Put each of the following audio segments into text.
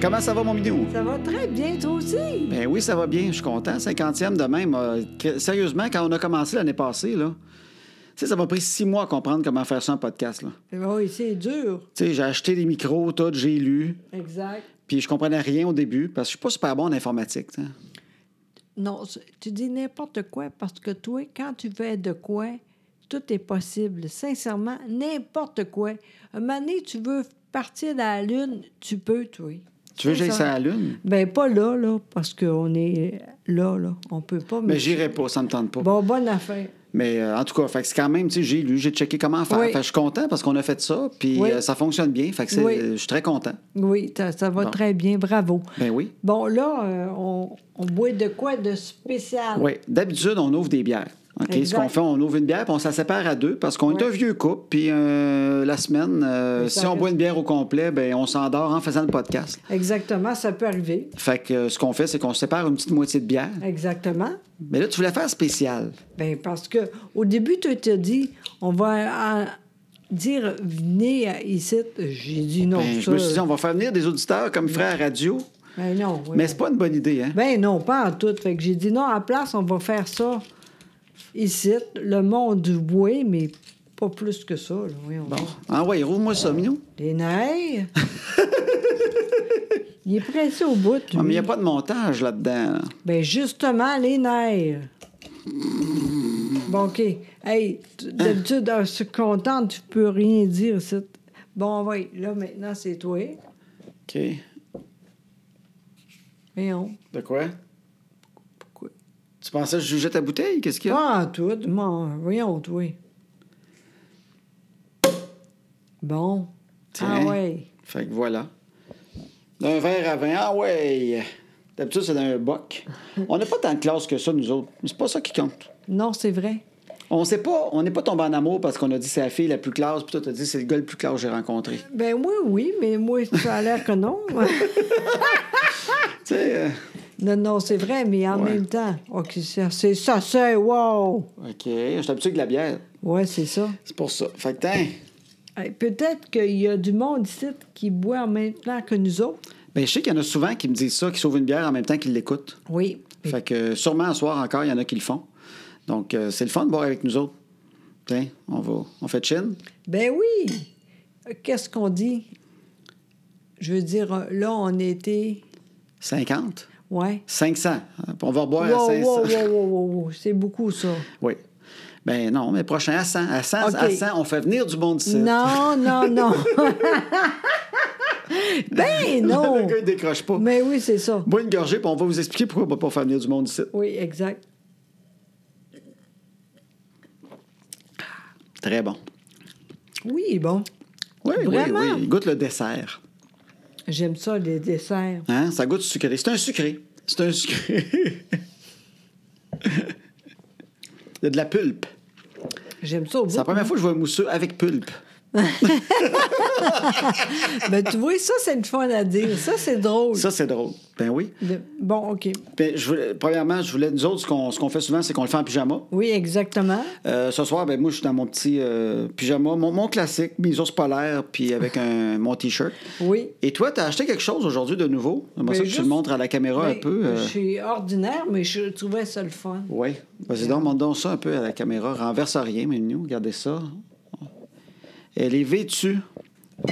Comment ça va, mon bidou? Ça va très bien, toi aussi. Ben oui, ça va bien, je suis content. 50e de même. euh, que- sérieusement, quand on a commencé l'année passée, là, tu sais, ça m'a pris six mois à comprendre comment faire ça en podcast. là. Oui, c'est dur. Tu sais, j'ai acheté des micros, tout, j'ai lu, Exact. puis je comprenais rien au début parce que je suis pas super bon en informatique. tu sais. Non, c- tu dis n'importe quoi parce que toi, quand tu fais de quoi, tout est possible. Sincèrement, n'importe quoi. Un moment donné, tu veux partir de la Lune, tu peux, toi. Tu veux que j'aille sur Sincèrement. la Lune? Ben pas là, là, parce qu'on est là, là. On peut pas. Mais Ben, j'irai pas, ça me tente pas. Bon, bonne affaire. Mais euh, en tout cas, fait que c'est quand même, tu sais, j'ai lu, j'ai checké comment faire. Oui. Fait que je suis content parce qu'on a fait ça, puis Oui. euh, ça fonctionne bien. Fait que c'est- Oui. euh, je suis très content. Oui, ça, ça va Bon. très bien. Bravo. Ben oui. Bon, là, euh, on, on boit de quoi de spécial? Oui. D'habitude, on ouvre des bières. OK? Ce Ah Exact. qu'on fait, on ouvre une bière, puis on s'en sépare à deux parce qu'on est Ouais. un vieux couple. Puis euh, la semaine, euh, Mais ça si on reste- boit une bière au complet, ben on s'endort en faisant le podcast. Exactement, ça peut arriver. Fait que euh, ce qu'on fait, c'est qu'on se sépare une petite moitié de bière. Exactement. Mais là, tu voulais faire spécial. Ben parce que au début, tu t'es dit, on va euh, dire, venez à- ici. J'ai dit non. Ben, je ça, me suis dit, on va faire venir des auditeurs comme frère à radio. Ben non. oui. Mais c'est pas une bonne idée, hein? Ben non, pas en tout. Fait que j'ai dit non, à la place, on va faire ça ici. Le monde du bois, mais pas plus que ça. Là. Voyons Bon. donc. Ah ouais, rouvre-moi ça, Minou. Les nerfs. Il est pressé au Ah, bout. mais il lui. n'y a pas de montage là-dedans. là. Ben justement, les nerfs. Bon, OK. Hey, Hein? tu- d'habitude, en se contente, tu peux rien dire ici. Bon, oui, là, maintenant, c'est toi. OK. Voyons. De quoi? Pourquoi? Tu pensais que je jugeais ta bouteille? Qu'est-ce qu'il y a? Pas en tout, mon- voyons, toi. Bon. Ah Tiens. ouais. Fait que voilà. D'un verre à vin. Ah ouais! D'habitude, c'est d'un boc. On n'a pas tant de classe que ça, nous autres. Mais C'est pas ça qui compte. Non, c'est vrai. On sait pas, on n'est pas tombé en amour parce qu'on a dit c'est la fille la plus classe, puis toi, t'as dit c'est le gars le plus classe que j'ai rencontré. Ben oui, oui, mais moi, ça a l'air que non. Tu sais, euh, non, non, c'est vrai, mais en Ouais. même temps. OK, ça, c'est ça, c'est wow! OK, je suis habitué avec la bière. Ouais, c'est ça. C'est pour ça. Fait que tiens. Hey, Peut-être qu'il y a du monde ici qui boit en même temps que nous autres. Ben, je sais qu'il y en a souvent qui me disent ça, qui sauvent une bière en même temps qu'ils l'écoutent. Oui. Fait que euh, sûrement un soir encore, il y en a qui le font. Donc, euh, c'est le fun de boire avec nous autres. Tiens, on va. On fait chin. Ben oui! Qu'est-ce qu'on dit? Je veux dire, là, on était. 50. Ouais. 500. On va boire wow, à 500. wow, wow, wow, wow, wow. C'est beaucoup, ça. Oui. Ben non, mais prochain à 100. À 100, OK. à 100 on fait venir du monde ici. Non, non, non. ben non! Le gars, il décroche pas. Mais oui, c'est ça. Bois une gorgée, puis on va vous expliquer pourquoi on va pas faire venir du monde ici. Oui, exact. Très bon. Oui, bon. Oui, Vraiment? oui, oui. Goûte le dessert. J'aime ça, les desserts. Hein? Ça goûte sucré. C'est un sucré. C'est un sucré. Il y a de la pulpe. J'aime ça au bout. C'est la première fois que je vois un mousseux avec pulpe. Ben, tu vois, ça, c'est le fun à dire. Ça, c'est drôle. Ça, c'est drôle. Ben oui. Le- Bon, OK. Ben, je voulais- premièrement, je voulais. Nous autres, ce qu'on ce qu'on fait souvent, c'est qu'on le fait en pyjama. Oui, exactement. Euh, ce soir, ben, moi, je suis dans mon petit euh, pyjama, mon, mon classique, mes ours polaires, puis avec un, mon T-shirt. Oui. Et toi, t'as acheté quelque chose aujourd'hui de nouveau? J'aimerais ça Ben, que tu juste- le montres à la caméra un Ben, peu. euh. Je suis ordinaire, mais je trouvais ça le fun. Oui. Vas-y donc, montre donc ça un peu à la caméra. Renverse rien, mais nous, regardez ça. Elle est vêtue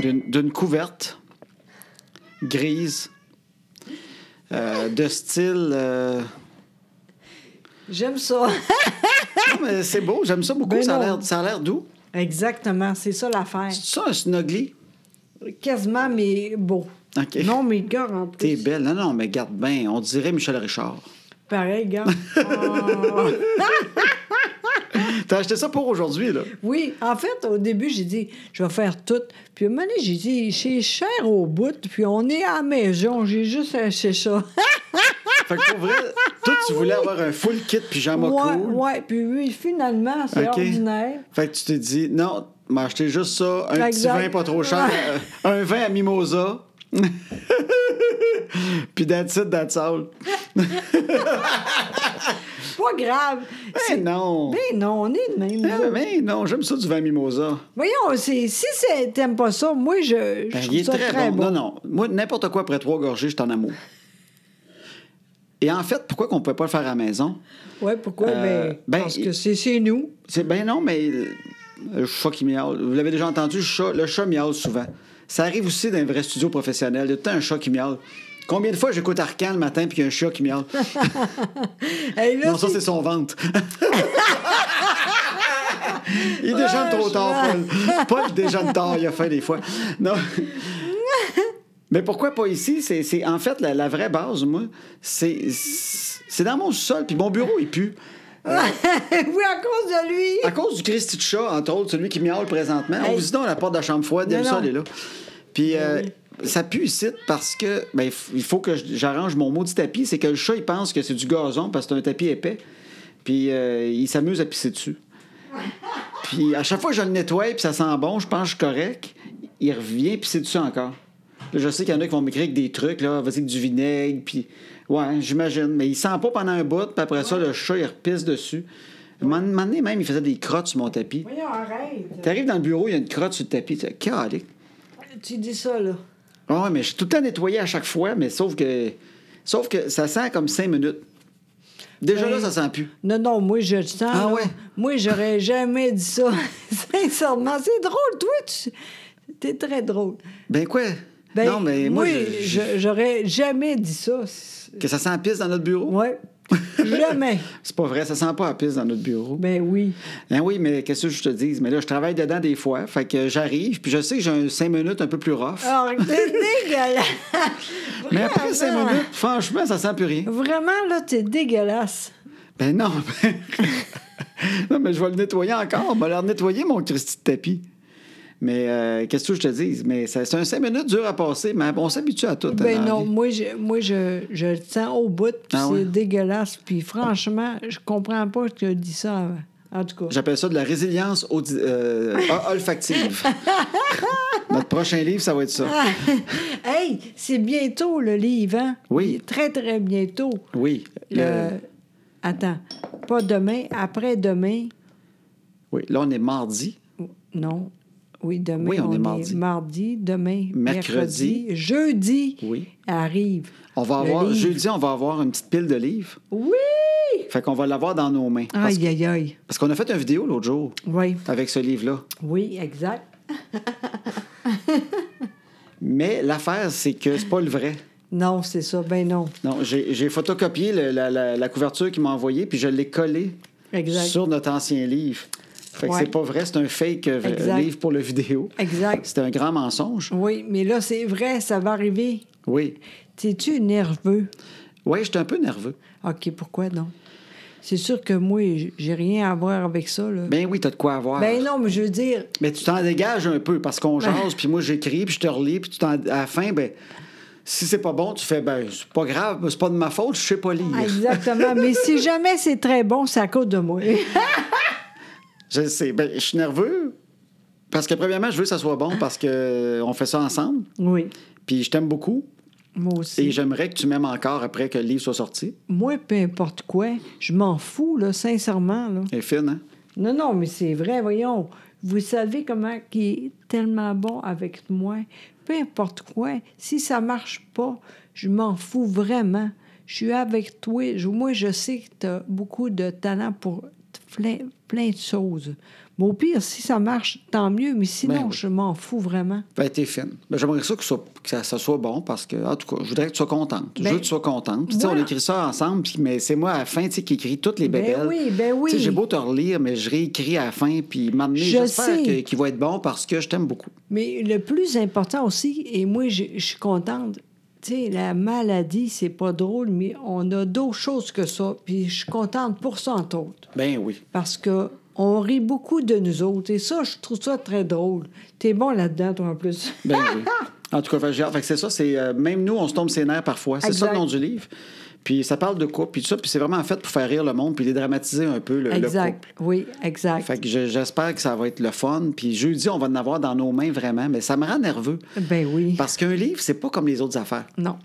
d'une d'une couverte grise euh, de style... euh, J'aime ça. Non, mais c'est beau, j'aime ça beaucoup. Ben ça a non. l'air- ça a l'air doux. Exactement, c'est ça l'affaire. C'est ça, un snuggly? Quasiment, mais beau. OK. Non, mais gars, en plus. T'es belle. Non, non, mais garde bien. On dirait Michel Richard. Pareil, gars. Ah. T'as acheté ça pour aujourd'hui, là. Oui, en fait, au début, j'ai dit, je vais faire tout. Puis à un moment donné, j'ai dit, c'est cher au bout, puis on est à la maison, j'ai juste acheté ça. Fait que pour vrai, toi, tu voulais avoir un full kit pyjama ouais, cool. ouais, puis oui, finalement, c'est OK. ordinaire. Fait que tu t'es dit, non, m'acheter juste ça, un petit Exact. vin pas trop cher, Ouais. euh, un vin à mimosa. Puis that's it, that's all. Pas pas grave. Mais C'est- non! Ben non, on est de même. Ah, nous. mais non, j'aime ça du vin mimosa. Voyons, c'est- si c'est- t'aimes pas ça, moi, je, je Ben, trouve il est ça très, bon. Non, non. Moi, n'importe quoi après trois gorgées, je suis en amour. Et en fait, pourquoi qu'on ne pouvait pas le faire à la maison? Oui, pourquoi? Euh, ben, ben, parce il- que c'est chez nous. C'est ben non, mais le le chat qui miaule. Vous l'avez déjà entendu, le chat, le chat miaule souvent. Ça arrive aussi dans les vrais studios professionnels. Il y a tout le temps un chat qui miaule. Combien de fois j'écoute Arcan le matin puis il y a un chat qui miaule? Hey, là, Non, ça, c'est- c'est son ventre. il déjeune trop tard, Paul. Paul déjeune tard, il a faim des fois. Non. Mais pourquoi pas ici? C'est, c'est- en fait, la, la vraie base, moi, c'est, c'est dans mon sol, puis mon bureau, il pue. oui, à cause de lui. À cause du Christy de chat, entre autres, celui qui miaule présentement, Hey. on vous dit non, la porte de la chambre froide, Non, le non. Ben sol est là. Puis euh, ça pue ici parce que, ben, il f- il faut que je- j'arrange mon maudit tapis. C'est que le chat, il pense que c'est du gazon parce que c'est un tapis épais. Puis euh, il s'amuse à pisser dessus. Puis à chaque fois que je le nettoie puis ça sent bon, je pense que je suis correct, il revient pisser dessus encore. Là, je sais qu'il y en a qui vont m'écrire avec des trucs, là, vas-y, avec du vinaigre, puis. Ouais, j'imagine. Mais il sent pas pendant un bout, puis après ça, le chat, il repisse dessus. Un moment- un moment donné, même, il faisait des crottes sur mon tapis. Voyons, arrête. T'arrives dans le bureau, il y a une crotte sur le tapis. Tu calique. Tu dis ça, là. Ah ouais, mais je suis tout le temps nettoyé à chaque fois, mais sauf que. Sauf que ça sent comme cinq minutes. Déjà Ben, là, ça sent plus. Non, non, moi, je le sens. Ah là. ouais? Moi, j'aurais jamais dit ça. Sincèrement, c'est drôle. Toi, tu t'es très drôle. Ben quoi? Ben, non, mais moi, je- je- je- j'aurais jamais dit ça. Que ça sent la pisse dans notre bureau? Oui. jamais. C'est pas vrai, ça sent pas la pisse dans notre bureau. Ben oui. Ben oui, mais qu'est-ce que je te dise? Mais là, je travaille dedans des fois. Fait que j'arrive, puis je sais que j'ai un cinq minutes un peu plus rough. Alors, t'es dégueulasse. mais après cinq Vraiment. minutes, franchement, ça sent plus rien. Vraiment, là, t'es dégueulasse. Ben non, mais... non, mais je vais le nettoyer encore. Je vais leur nettoyer mon Christy de tapis. Mais euh, qu'est-ce que je te dise? Mais ça- c'est un cinq minutes dur à passer, mais on s'habitue à tout. hein, dans Ben la non, vie. moi, je, moi je, je le sens au bout, puis Ah c'est ouais? dégueulasse. Puis franchement, je comprends pas que tu dit ça avant. En tout cas, J'appelle ça de la résilience audi- euh, o- olfactive. Notre prochain livre, ça va être ça. hey, c'est bientôt le livre, hein? Oui. Très, très bientôt. Oui. Le... le- Attends, pas demain, après-demain. Oui. Là, on est mardi. Non. Oui, demain, Oui, on on, est est, mardi. mardi. Demain, Mercredi. mercredi. Jeudi, Oui. arrive. On va le avoir, livre. jeudi, on va avoir une petite pile de livres. Oui! Fait qu'on va l'avoir dans nos mains. Parce, Aïe, aïe, aïe. parce qu'on a fait une vidéo l'autre jour Oui, avec ce livre-là. oui, exact. Mais l'affaire, c'est que c'est pas le vrai. Non, c'est ça. Ben non. Non, j'ai j'ai photocopié le- la, la- la couverture qu'il m'a envoyée, puis je l'ai collée Exact. sur notre ancien livre. Fait que Ouais. c'est pas vrai, c'est un fake euh, Exact. livre pour le vidéo. Exact. C'était un grand mensonge. Oui, mais là, c'est vrai, ça va arriver. Oui. T'es-tu nerveux? Oui, j'étais un peu nerveux. OK, pourquoi non? C'est sûr que moi, j- j'ai rien à voir avec ça, là. Ben oui, t'as de quoi avoir. Ben non, Ben. mais je veux dire, Mais tu t'en dégages un peu parce qu'on jase, puis moi j'écris, puis je te relis, puis tu t'en- à la fin, ben, si c'est pas bon, tu fais, ben, c'est pas grave, c'est pas de ma faute, je sais pas lire. exactement. mais si jamais c'est très bon, c'est à cause de moi. Je le sais. Ben, je suis nerveux parce que, premièrement, je veux que ça soit bon parce que euh, on fait ça ensemble, oui, puis je t'aime beaucoup. moi Et aussi. j'aimerais que tu m'aimes encore après que le livre soit sorti. Moi, peu importe quoi, je m'en fous, là, sincèrement, là. Elle est fine, hein? Non, non, mais c'est vrai, voyons. Vous savez comment qui est tellement bon avec moi. Peu importe quoi, si ça marche pas, je m'en fous vraiment. Je suis avec toi. Je- moi, je sais que tu as beaucoup de talent pour t- plein, plein de choses. Mais au pire, si ça marche, tant mieux. Mais sinon, oui. je m'en fous vraiment. Ben, t'es fine. Ben, j'aimerais ça que, ça- que ça, ça soit bon parce que, en tout cas, je voudrais que tu sois contente. je Ben, veux que tu sois contente. Puis, tu sais, voilà. on écrit ça ensemble, puis- mais c'est moi à la fin, tu sais, qui écris toutes les Ben bébelles. oui, ben oui. Tu sais, j'ai beau te relire, mais je réécris à la fin, puis m'amener, Je j'espère sais. que- qu'il va être bon parce que je t'aime beaucoup. Mais le plus important aussi, et moi, je, je suis contente, tu sais, la maladie, c'est pas drôle, mais on a d'autres choses que ça. Puis je suis contente pour ça, entre autres. Ben oui. Parce que on rit beaucoup de nous autres. Et ça, je trouve ça très drôle. T'es bon là-dedans, toi, en plus. Ben oui. En tout cas, fait que j'ai hâte. Fait que c'est ça, c'est euh, même nous, on se tombe ses nerfs parfois. C'est ça Exact. le nom du livre. Puis ça parle de couple, puis tout ça, puis c'est vraiment fait pour faire rire le monde, puis les dramatiser un peu le, le couple. exact. Oui, exact. Fait que je- j'espère que ça va être le fun. Puis jeudi, on va en avoir dans nos mains vraiment, mais ça me rend nerveux. Ben oui. Parce qu'un livre, c'est pas comme les autres affaires. Non.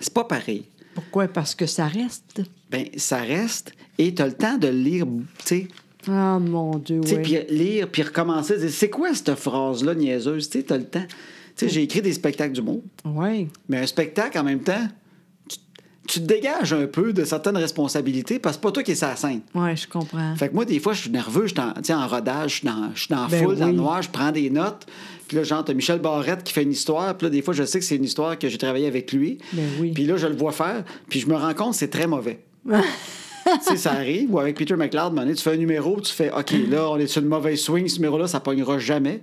C'est pas pareil. Pourquoi? Parce que ça reste. Ben, ça reste et tu as le temps de le lire, tu sais. Ah, mon Dieu, Tu sais, oui. puis lire, puis recommencer. dire, C'est quoi cette phrase-là niaiseuse? Tu sais, t'as le temps. Tu sais, j'ai écrit des spectacles d'humour, Oui. mais un spectacle, en même temps, tu, tu te dégages un peu de certaines responsabilités parce que c'est pas toi qui es sur la scène. Oui, je comprends. Fait que moi, des fois, je suis nerveux, je suis en, tu sais, en rodage, je suis dans, je suis dans la Ben foule, dans le oui. noir, je prends des notes. Puis là, j'entends Michel Barrette qui fait une histoire. Puis là, des fois, je sais que c'est une histoire que j'ai travaillé avec lui. Ben oui. Puis là, je le vois faire. Puis je me rends compte que c'est très mauvais. tu sais, ça arrive. Ou avec Peter McLeod, un moment donné, tu fais un numéro, tu fais OK, là, on est sur une mauvaise swing, ce numéro-là, ça pognera jamais.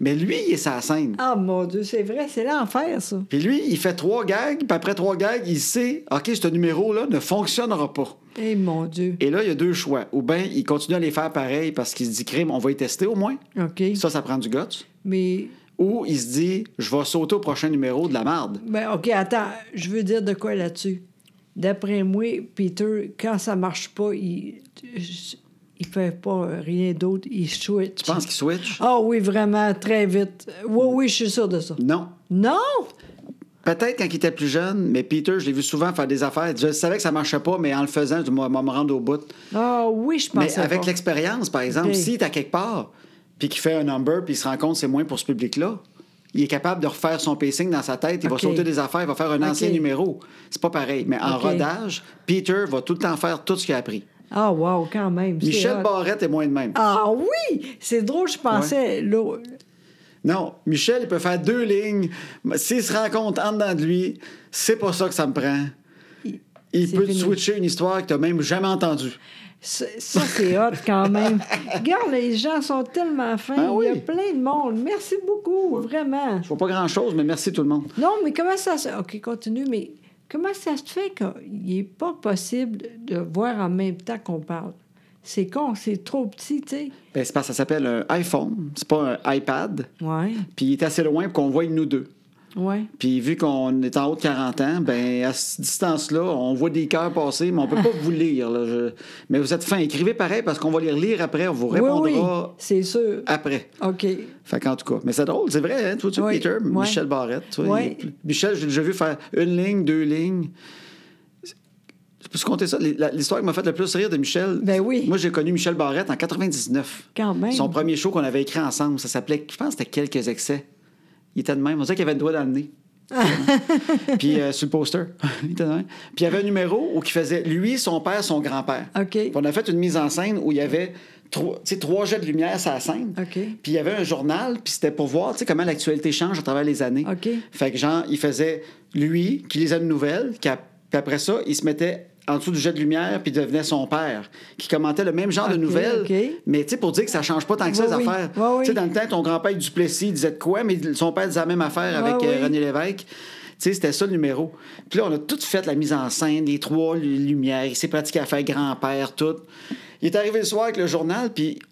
Mais lui, il est sa scène. Ah, mon Dieu, c'est vrai, c'est l'enfer, ça. Puis lui, il fait trois gags, puis après trois gags, il sait OK, ce numéro-là ne fonctionnera pas. Eh, mon Dieu. Et là, il y a deux choix. Ou bien il continue à les faire pareil parce qu'il se dit crime, on va y tester au moins. OK. Ça, ça prend du guts. Mais, Ou il se dit je vais sauter au prochain numéro de la marde. ben, OK, attends, je veux dire de quoi là-dessus. D'après moi, Peter, quand ça marche pas, il. Il fait pas rien d'autre, il switch. Tu penses qu'il switch? Ah oui, vraiment, très vite. Oui, oui, je suis sûre de ça. Non. Non! Peut-être quand il était plus jeune, mais Peter, je l'ai vu souvent faire des affaires. Je savais que ça marchait pas, mais en le faisant, je vais me rendre au bout. Ah oui, je Mais pensais avec pas. Ben. l'expérience, par exemple, Ok. s'il est à quelque part, puis qu'il fait un number, puis il se rend compte que c'est moins pour ce public-là, il est capable de refaire son pacing dans sa tête, il va Ok. sauter des affaires, il va faire un ancien Ok. numéro. C'est pas pareil. Mais en Ok. rodage, Peter va tout le temps faire tout ce qu'il a appris. Ah wow, quand même. c'est Michel hot. Barrette est moins de même. Ah oui! C'est drôle, je pensais... là, Non, Michel, il peut faire deux lignes. Mais S'il se rend compte en dedans de lui, c'est pas ça que ça me prend. Il c'est peut te fini. switcher une histoire que t'as même jamais entendue. Ça, ça, c'est hot quand même. Regarde, les gens sont tellement fins. Ah oui. Il y a plein de monde. Merci beaucoup, vraiment. Je vois pas grand-chose, mais merci tout le monde. Non, mais comment ça se... OK, continue, mais comment ça se fait qu'il n'est pas possible de voir en même temps qu'on parle? C'est con, c'est trop petit, tu sais. Ben, c'est parce que ça s'appelle un iPhone, c'est pas un iPad. Ouais, Puis il est assez loin pour qu'on voie nous deux. ouais. Puis vu qu'on est en haut de 40 ans, ben à cette distance-là, on voit des cœurs passer, mais on peut pas vous lire. là. Je- Mais vous êtes fin, écrivez pareil parce qu'on va les lire après, on vous répondra oui, oui, c'est sûr. après. OK. Fait qu'en tout cas, mais c'est drôle, c'est vrai, hein, toi, tu Oui, Peter, oui. Michel Barrette. tu vois, Oui. il- Michel, j'ai déjà vu faire une ligne, deux lignes. Je peux te compter ça? Les- la- L'histoire qui m'a fait le plus rire de Michel. Ben oui. Moi, j'ai connu Michel Barrette en 99. Quand même. Son premier show qu'on avait écrit ensemble, ça s'appelait, je pense, que c'était Quelques excès. Il était de même. On dirait qu'il avait le doigt dans le nez. Puis euh, sur le poster. il était de même. Puis il y avait un numéro où il faisait lui, son père, son grand-père. OK. Puis on a fait une mise en scène où il y avait trois, tu sais, trois jets de lumière sur la scène. OK. Puis il y avait un journal, puis c'était pour voir tu sais, comment l'actualité change à travers les années. OK. Fait que genre, il faisait lui qui lisait une nouvelle, qui a- puis après ça, il se mettait en dessous du jet de lumière, puis devenait son père, qui commentait le même genre de OK, nouvelles, OK. mais tu sais, pour dire que ça change pas tant que ça, Oui, les oui. affaires. Oui, oui. Tu sais, dans le temps, ton grand-père du Duplessis il disait de quoi, mais son père disait la même affaire avec Oui, euh, oui. René Lévesque. Tu sais, c'était ça le numéro. Puis là, on a tout fait, la mise en scène, les trois lu- lumières, il s'est pratiqué à faire grand-père, tout. Il est arrivé le soir avec le journal, puis tu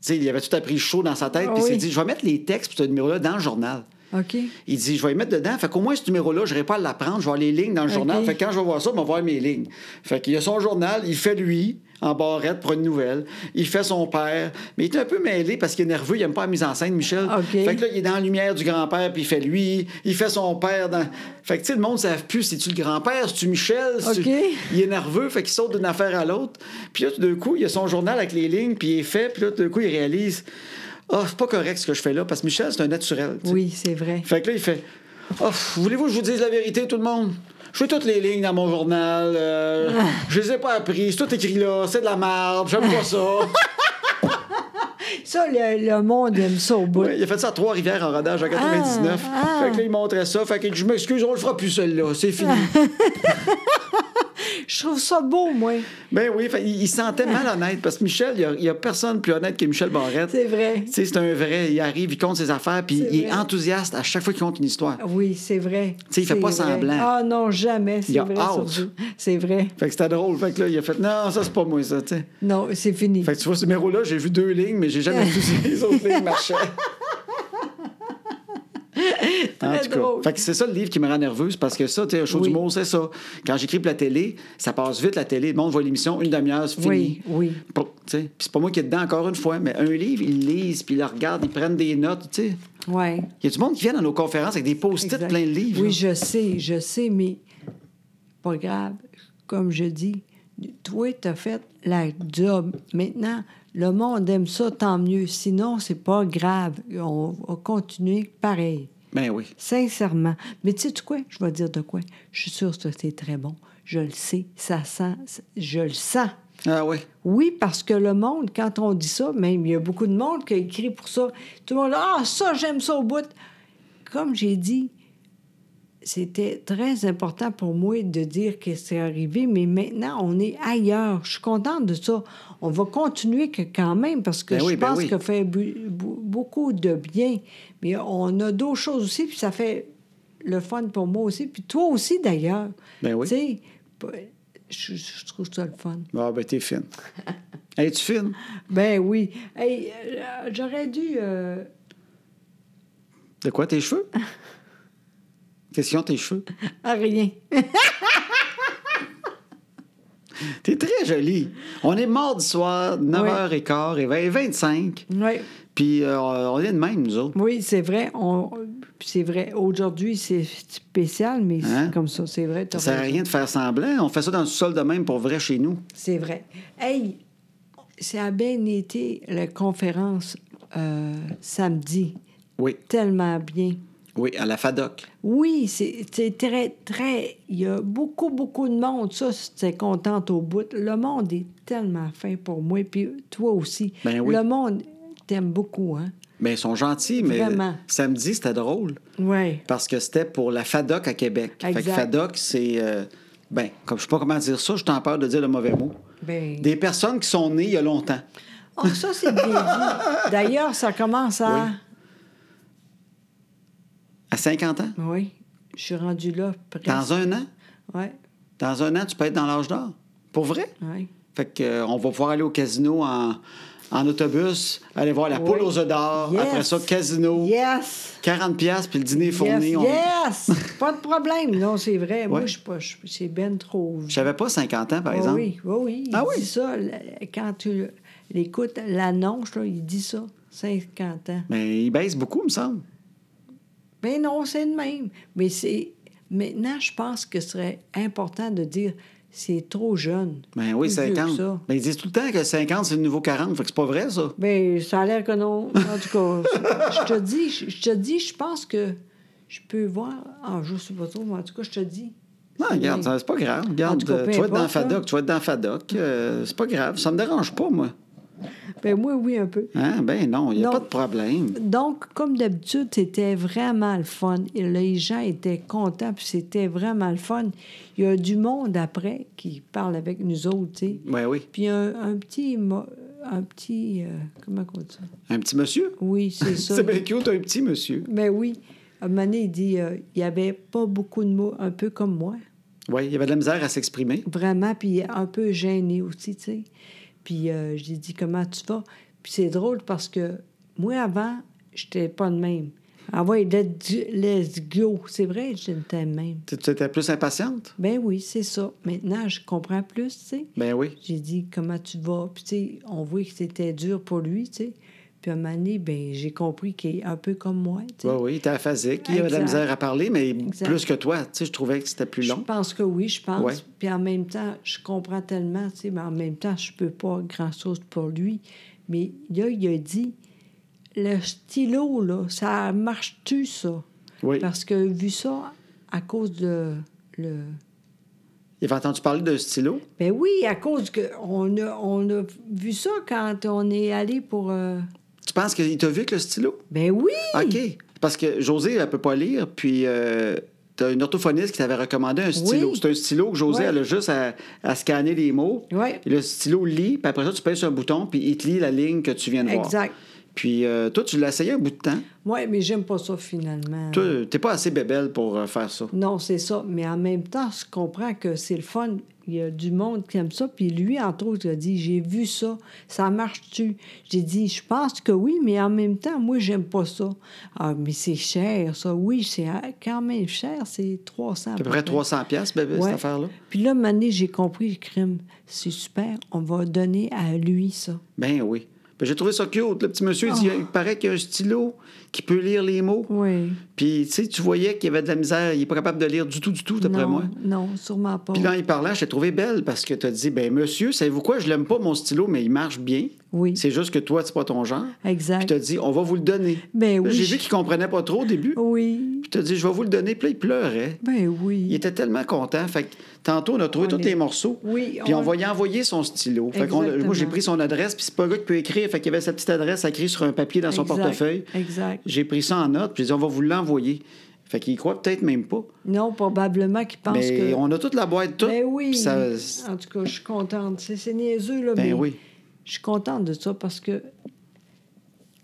sais, il avait tout appris chaud dans sa tête, Ah puis il s'est oui. dit, je vais mettre les textes pour ce numéro-là dans le journal. OK. Il dit, je vais y mettre dedans. Fait qu'au moins, ce numéro-là, je n'aurai pas à l'apprendre. Je vais avoir les lignes dans le journal. OK. Fait que quand je vais voir ça, je vais voir mes lignes. Fait qu'il a son journal, il fait lui, en barrette pour une nouvelle. Il fait son père. Mais il est un peu mêlé parce qu'il est nerveux. Il n'aime pas la mise en scène, Michel. OK. Fait que là, il est dans la lumière du grand-père, puis il fait lui. Il fait son père. Dans... Fait que, tu sais, le monde ne savent plus. C'est-tu le grand-père? C'est-tu Michel? C'est-tu- OK. Il est nerveux. Fait qu'il saute d'une affaire à l'autre. Puis là, tout d'un coup, il a son journal avec les lignes, puis il est fait. Puis là, tout d'un coup, il réalise. Ah, c'est pas correct ce que je fais là, parce que Michel, c'est un naturel. tu sais. Oui, c'est vrai. Fait que là, il fait Oh, pff, Voulez-vous que je vous dise la vérité, tout le monde Je fais toutes les lignes dans mon journal. euh, je les ai pas apprises. C'est tout écrit là. C'est de la merde. J'aime pas ça. Ça, le, le monde aime ça au bout. Ouais, il a fait ça à Trois-Rivières en rodage en 99. Ah, ah. Fait que là, il montrait ça. Fait que je m'excuse, on le fera plus celle-là. C'est fini. Je trouve ça beau, moi. ben oui, fait, il, il se sentait malhonnête parce que Michel, il y a- il y a, personne plus honnête que Michel Barrette. C'est vrai. Tu sais, C'est un vrai. Il arrive, il compte ses affaires, puis C'est il est vrai. Ah enthousiaste à chaque fois qu'il compte une histoire. Oui, c'est vrai. sais, il fait C'est pas vrai. semblant. Ah non, jamais. Il C'est a vrai. hâte. surtout. C'est vrai. Fait que c'était drôle. Fait que là, il a fait Non, ça, c'est pas moi, ça. tu sais. Non, c'est fini. Fait que tu vois, ce numéro-là, j'ai vu deux lignes, mais j'ai jamais vu si les autres lignes marchaient. En tout cas, drôle. fait que c'est ça le livre qui me rend nerveuse parce que ça, tu sais, un show Oui. d'humour, c'est ça. Quand j'écris pour la télé, ça passe vite la télé. Le monde voit l'émission, une demi-heure, c'est fini. Oui, oui. Pou- tu sais. Puis c'est pas moi qui est dedans encore une fois, mais un livre, ils lisent, puis ils le regardent, ils prennent des notes, tu sais. Ouais. Il y a du monde qui vient dans nos conférences avec des post-it exact. plein de livres. Oui, là. je sais, je sais, mais pas grave. Comme je dis, toi, t'as fait la job. Maintenant, le monde aime ça, tant mieux. Sinon, c'est pas grave. On va continuer pareil. Ben oui. Sincèrement. Mais tu sais quoi? Je vais dire de quoi. Je suis sûre que c'est très bon. Je le sais. Ça sent. Je le sens. Ah oui. Oui, parce que le monde, quand on dit ça, même il y a beaucoup de monde qui a écrit pour ça. Tout le monde, ah, ça, j'aime ça au bout. Comme j'ai dit, c'était très important pour moi de dire que c'est arrivé, mais maintenant, on est ailleurs. Je suis contente de ça. On va continuer que quand même, parce que Ben je oui, ben pense oui. que fait bu- bu- beaucoup de bien. Mais on a d'autres choses aussi, puis ça fait le fun pour moi aussi, puis toi aussi, d'ailleurs. Ben oui. Tu sais, p- je, je trouve ça le fun. Ah, ben t'es fine. Es-tu fine? Ben oui. Hey, euh, j'aurais dû. euh, De quoi tes cheveux? Question tes cheveux. ah, rien. T'es très jolie. On est mardi soir, 9h15 et 20, 25. oui, Puis euh, on est de même, nous autres. oui c'est vrai. On... C'est vrai. Aujourd'hui, c'est spécial, mais Hein? c'est comme ça. C'est vrai. t'as Ça sert à raison. rien de faire semblant. On fait ça dans le sol de même pour vrai chez nous. C'est vrai. Hey, ça a bien été la conférence euh, samedi. Oui, Tellement bien. oui, à la FADOC. Oui, c'est c'est très, très. Il y a beaucoup, beaucoup de monde. Ça, c'est contente au bout. Le monde est tellement fin pour moi, puis toi aussi. Ben oui. Le monde t'aime beaucoup, hein? Mais ils sont gentils, mais Vraiment. samedi, c'était drôle Oui. parce que c'était pour la FADOC à Québec. Fait que Exact. FADOC, c'est. euh, ben, comme je sais pas comment dire ça, je t'en peur de dire le mauvais mot. Ben... Des personnes qui sont nées il y a longtemps. Oh, ça, c'est bien dit. D'ailleurs, ça commence à. À 50 ans? Oui. Je suis rendue là presque. Dans un an? Oui, Dans un an, tu peux être dans l'âge d'or. Pour vrai? oui. Fait que, euh, on va pouvoir aller au casino en, en autobus, aller voir la Oui. poule aux œufs d'or, Yes. après ça, casino, Yes! 40 pièces puis le dîner est fourni. yes! on- yes! pas de problème. Non, c'est vrai. Moi, Ouais. je suis pas. je- C'est ben trop. Je savais pas 50 ans, par Oui, exemple. Oh Oui, oui, oui. Il Ah oui? dit ça. le- Quand tu l'écoutes, l'annonce, là, il dit ça. 50 ans. Mais il baisse beaucoup, me semble. Mais non, c'est le même. Mais c'est. Maintenant, je pense que ce serait important de dire c'est trop jeune. Ben oui, Plus vieux que 50. ça. Ben, ils disent tout le temps que 50, c'est le nouveau 40. Fait que c'est pas vrai, ça. Ben, ça a l'air que non. En tout cas, je te dis, je je te dis, je pense que je peux voir. Ah, je sais pas trop, mais en tout cas, je te dis. Non, regarde, ça, c'est pas grave. Regarde, tout cas, euh, peu tu vas être dans importe, hein. là. FADOC, tu vas être dans FADOC. euh, c'est pas grave, ça me dérange pas, moi. Ben, moi, oui, un peu. Hein? Ben non, il n'y a Non. pas de problème. Donc, comme d'habitude, c'était vraiment le fun. Et les gens étaient contents, puis c'était vraiment le fun. Il y a du monde après qui parle avec nous autres, tu sais. Ben oui. Puis un, un petit. mo- Un petit. euh, comment on dit ça? Un petit monsieur? Oui, c'est ça. C'est bien cute, un petit monsieur. Ben oui. À un moment donné, il dit euh, il n'y avait pas beaucoup de mots, un peu comme moi. Oui, il y avait de la misère à s'exprimer. Vraiment, puis un peu gêné aussi, tu sais. Puis euh, j'ai dit, comment tu vas? Puis c'est drôle parce que moi, avant, j'étais pas de même. Ah ouais, let's let's go. C'est vrai, j'étais de même. Tu tu étais plus impatiente? Ben oui, c'est ça. Maintenant, je comprends plus, tu sais. Ben oui. J'ai dit, comment tu vas? Puis, tu sais, on voit que c'était dur pour lui, tu sais. Puis, à un moment donné, ben, j'ai compris qu'il est un peu comme moi, tu sais. Oui, oui, il était aphasique. Il avait de la Exact. misère à parler, mais Exact. plus que toi. Tu sais, je trouvais que c'était plus Je long. pense que oui, je pense. Ouais. Puis en même temps, je comprends tellement, tu sais, mais en même temps, je peux pas grand-chose pour lui. Mais là, il a dit, le stylo, là, ça marche-tu, ça? Oui. Parce que vu ça, à cause de... Le... Il avait entendu parler d'un stylo. Ben oui, à cause que on a, on a vu ça quand on est allé pour... euh, Tu penses qu'il t'a vu avec le stylo? Ben oui! OK. Parce que Josée, elle peut pas lire, puis euh, t'as une orthophoniste qui t'avait recommandé un stylo. Oui. C'est un stylo que Josée, Ouais. elle a juste à, à scanner les mots. Ouais. Et le stylo lit, puis après ça, tu pèses sur un bouton, puis il te lit la ligne que tu viens de voir. Exact. Puis euh, toi, tu l'as essayé un bout de temps. Oui, mais j'aime pas ça, finalement. Toi, t'es pas assez bébelle pour euh, faire ça. Non, c'est ça. Mais en même temps, je comprends que c'est le fun. Il y a du monde qui aime ça. Puis lui, entre autres, il a dit J'ai vu ça, ça marche-tu J'ai dit Je pense que oui, mais en même temps, moi, j'aime pas ça. Ah, mais c'est cher, ça. Oui, c'est quand même cher, c'est À 300. peu près 300 pièces, bébé, Ouais. cette affaire-là. Puis là, Mané, j'ai compris le crime. C'est super, on va donner à lui ça. Ben oui. Ben, Ben, J'ai trouvé ça cute. Le petit monsieur, il, dit, Ah. il paraît qu'il y a un stylo qui peut lire les mots. Oui. Puis, tu sais, tu voyais qu'il y avait de la misère. Il n'est pas capable de lire du tout, du tout, d'après non, moi. Non, sûrement pas. Puis là, il parlait, je l'ai trouvé belle parce que tu as dit, ben monsieur, savez-vous quoi, je l'aime pas mon stylo, mais il marche bien. Oui. C'est juste que toi, c'est pas ton genre. Puis Exact. tu as dit, on va vous le donner. Ben Là, oui. Oh. J'ai vu qu'il comprenait pas trop au début. Oui. Puis tu as dit, je vais vous le donner. Puis là, il pleurait. Ben oui. Il était tellement content. Fait que tantôt, on a trouvé On tous est- les morceaux. Oui, Puis on, on- va y envoyer son stylo. Fait qu'on- moi, j'ai Exactement. pris son adresse, puis c'est pas le gars qui peut écrire. Fait qu'il y avait sa petite adresse écrite sur un papier dans son Exact, portefeuille. Exact. J'ai pris ça en note, puis j'ai dit, on va vous l'envoyer. Fait qu'il y croit peut-être même pas. Non, probablement qu'ils pensent Mais que. on a toute la boîte, toute. Ben oui. puis ça- En tout cas, je suis contente. C'est, c'est niaiseux, là, Ben mais oui. je suis contente de ça parce que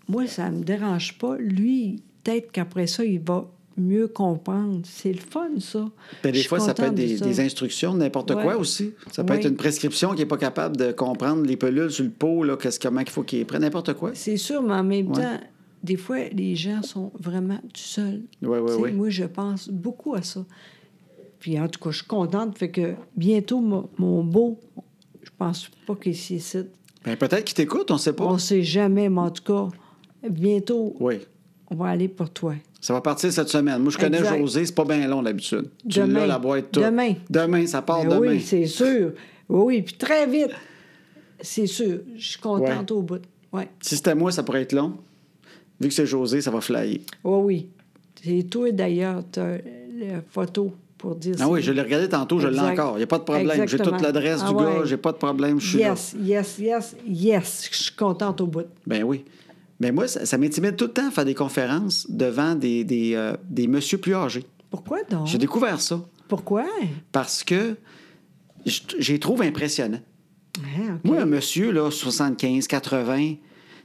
moi, ça me dérange pas. Lui, peut-être qu'après ça, il va mieux comprendre. C'est le fun, ça. Ben, des Je suis fois, ça peut être contente de des, ça. des instructions, de n'importe Ouais. quoi aussi. Ça peut Ouais. être une prescription qui n'est pas capable de comprendre les pelules sur le pot, là, qu'est-ce- comment il faut qu'il prenne, n'importe quoi. C'est sûr, mais en même Ouais. temps, des fois, les gens sont vraiment tout seuls. Ouais, ouais, Tu sais, ouais. Moi, je pense beaucoup à ça. Puis en tout cas, je suis contente. Fait que bientôt, mon, mon beau, je pense pas qu'il s'y excite. Ben, peut-être qu'il t'écoute, on ne sait pas. On sait jamais, mais en tout cas, bientôt, Oui. on va aller pour toi. Ça va partir cette semaine. Moi, je connais Exact. José, c'est pas bien long d'habitude. Tu Demain. l'as, la boîte toute. Demain. Demain, ça part Ben demain. oui, c'est sûr. Oui, oui, puis très vite. C'est sûr. Je suis contente au bout. Oui, si c'était moi, ça pourrait être long. Vu que c'est José, ça va flyer. Ah oui, oui. C'est toi, d'ailleurs, tu as la photo pour dire Ah oui, c'est- je l'ai regardé tantôt, je l'ai Exact. encore. Il n'y a pas de problème. J'ai Exactement. toute l'adresse Ah du gars, ouais. j'ai pas de problème, je suis là. Yes, yes, yes, yes. Je suis contente au bout. Ben oui. Ben moi, ça, ça m'intimide tout le temps faire des conférences devant des, des, euh, des messieurs plus âgés. Pourquoi donc? J'ai découvert ça Pourquoi? Ah, parce que je, je les trouve impressionnants. Ah, OK. Moi, un monsieur, là, 75, 80, tu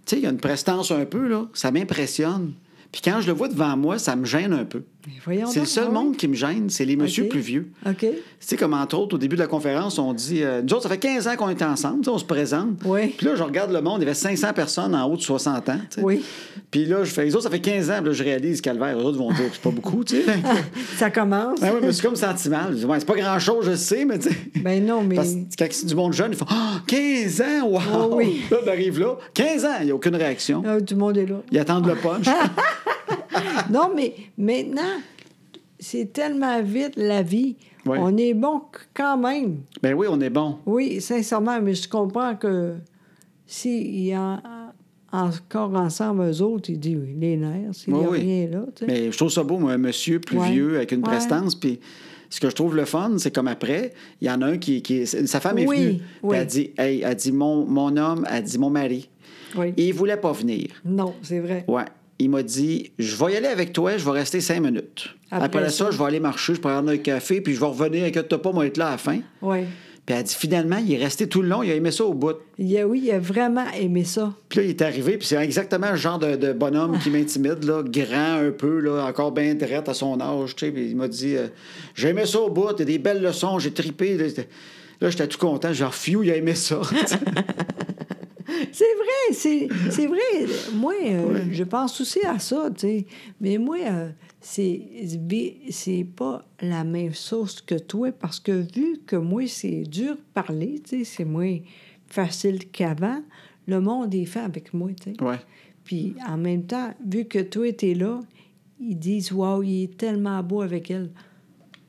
sais, il a une prestance un peu, là, ça m'impressionne. Puis quand je le vois devant moi, ça me gêne un peu. Mais voyons C'est le donc, ah seul ouais. monde qui me gêne, c'est les messieurs OK. plus vieux. OK. Tu sais, comme entre autres, au début de la conférence, on dit euh, Nous autres, ça fait 15 ans qu'on est ensemble, tu sais, on se présente. Oui. Puis là, je regarde le monde, il y avait 500 personnes en haut de 60 ans. tu sais. Oui. Puis là, je fais Les autres, ça fait 15 ans, puis là, je réalise, calvaire, eux autres vont dire que C'est pas beaucoup, tu sais. Ça commence. Ah ouais, mais c'est comme sentiment. Je dis, Ouais, c'est pas grand-chose, je sais, mais tu sais. Ben non, mais. Parce que quand c'est du monde jeune, ils font Ah, 15 ans, wow! Oh oui. Là, on arrive là, 15 ans, il n'y a aucune réaction. Ah, tout le monde est là. Ils attendent le punch. Ah. non, mais maintenant, c'est tellement vite la vie. Ouais. On est bon qu- quand même. ben oui, on est bon. Oui, sincèrement, mais je comprends que s'ils en, encore ensemble, eux autres, ils disent oui, les nerfs, s'il n'y Oui, a oui. rien là. tu sais. Mais je trouve ça beau, moi, un monsieur plus Ouais. vieux avec une Ouais. prestance. Puis ce que je trouve le fun, c'est comme après, il y en a un qui. qui- sa femme est Oui, venue. Puis oui. elle dit Hey, elle dit mon, mon homme, elle dit mon mari. Oui. Il voulait pas venir. Non, c'est vrai. Ouais. Il m'a dit Je vais y aller avec toi, je vais rester cinq minutes. Après, Après ça, ça. je vais aller marcher, je vais prendre un café, puis je vais revenir, inquiète-toi pas, moi, être là à la fin. Oui. Puis elle dit Finalement, il est resté tout le long, il a aimé ça au bout. Il a, oui, il a vraiment aimé ça. Puis là, il est arrivé, puis c'est exactement le genre de, de bonhomme qui m'intimide, là, grand un peu, là, encore bien drette à son âge. Tu sais, puis il m'a dit euh, J'ai aimé ça au bout, t'as des belles leçons, j'ai tripé. Là, j'étais- là, j'étais tout content, genre, fiu, il a aimé ça. C'est vrai, c'est c'est vrai. Moi, euh, je pense aussi à ça, tu sais. Mais moi, euh, c'est bi- c'est pas la même sauce que toi, parce que vu que moi, c'est dur parler, tu sais, c'est moins facile qu'avant, le monde est fait avec moi, tu sais. ouais. Puis en même temps, vu que toi, t'es là, ils disent « Wow, il est tellement beau avec elle. »